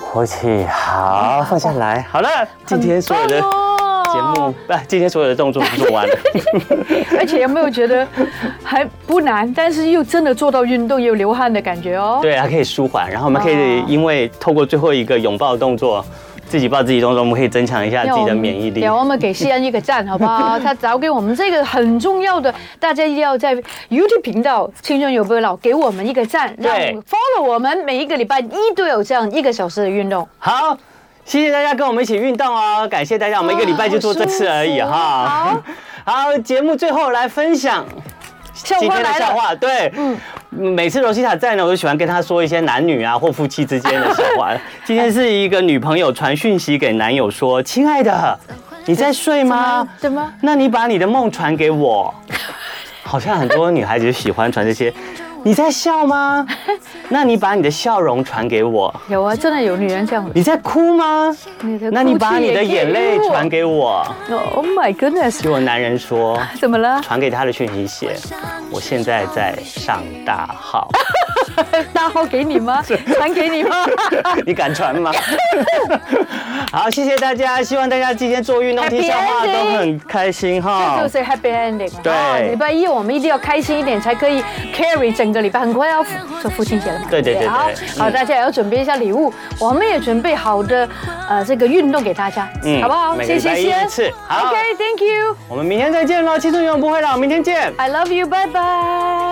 [SPEAKER 3] 呼气，好，放下来。好了，今天所有的
[SPEAKER 2] 很棒
[SPEAKER 3] 节
[SPEAKER 2] 哦
[SPEAKER 3] 目，啊，今天所有的动作都做 完了。
[SPEAKER 2] 而且有没有觉得还不难，但是又真的做到运动，也有流汗的感觉哦。
[SPEAKER 3] 对，它啊可以舒缓，然后我们可以
[SPEAKER 2] 哦
[SPEAKER 3] 因为透过最后一个拥抱动作，自己抱自己动作，我们可以增强一下
[SPEAKER 2] 那
[SPEAKER 3] 自己
[SPEAKER 2] 我
[SPEAKER 3] 的
[SPEAKER 2] 们
[SPEAKER 3] 免疫力
[SPEAKER 2] 对，。我们给西安一个赞，好不 好？他找给我们这个很重要的，大家一定要在 YouTube 频道“青春有不老”给我们一个赞，让我们 follow 我们每一个礼拜一都有这样一个小时的运动。
[SPEAKER 3] 好，谢谢大家跟我们一起运动哦，感谢大家，我们一个礼拜就做这次而已
[SPEAKER 2] 哦
[SPEAKER 3] 哈。好，节目最后来分享
[SPEAKER 2] 校
[SPEAKER 3] 今
[SPEAKER 2] 花
[SPEAKER 3] 天的
[SPEAKER 2] 来
[SPEAKER 3] 笑
[SPEAKER 2] 了，
[SPEAKER 3] 话，对，嗯。每次罗西塔在呢，我就喜欢跟她说一些男女啊或夫妻之间的笑 话。今天是一个女朋友传讯息给男友说：“亲爱的，你在睡吗？
[SPEAKER 2] 怎么了
[SPEAKER 3] 那你把你的梦传 给我。好像很多女孩子喜欢传这些。你在 笑吗？那你把你的笑容传给我。
[SPEAKER 2] 有啊，真的有女人这样的。
[SPEAKER 3] 你在哭吗？
[SPEAKER 2] 你的
[SPEAKER 3] 那你把你的眼泪传
[SPEAKER 2] 给
[SPEAKER 3] 给我。
[SPEAKER 2] Oh my goodness，
[SPEAKER 3] 结果男人说，
[SPEAKER 2] 怎么了？
[SPEAKER 3] 传给他的讯息写：我现在在上大 号，
[SPEAKER 2] 大号给你 吗？传给你吗？
[SPEAKER 3] 你敢 传吗？好，谢谢大家，希望大家今天做运动、听笑话
[SPEAKER 2] Happy ending
[SPEAKER 3] 都很开心哈。
[SPEAKER 2] 就是 happy ending 嘛。
[SPEAKER 3] 对
[SPEAKER 2] 啊礼拜一我们一定要开心一点，才可以 carry 整个礼拜。很快要父就父亲节了嘛，
[SPEAKER 3] 对对
[SPEAKER 2] 不
[SPEAKER 3] 对
[SPEAKER 2] 好
[SPEAKER 3] 对对，
[SPEAKER 2] 好，
[SPEAKER 3] 嗯
[SPEAKER 2] 大家也要准备一下礼物，我们也准备好的呃这个运动给大家，
[SPEAKER 3] 嗯
[SPEAKER 2] 好不好？
[SPEAKER 3] 每个礼拜一
[SPEAKER 2] 先
[SPEAKER 3] 一次好
[SPEAKER 2] OK，Thank you，I
[SPEAKER 3] 我们明天再见喽，青春永远不会老，明天见。
[SPEAKER 2] love you，拜拜。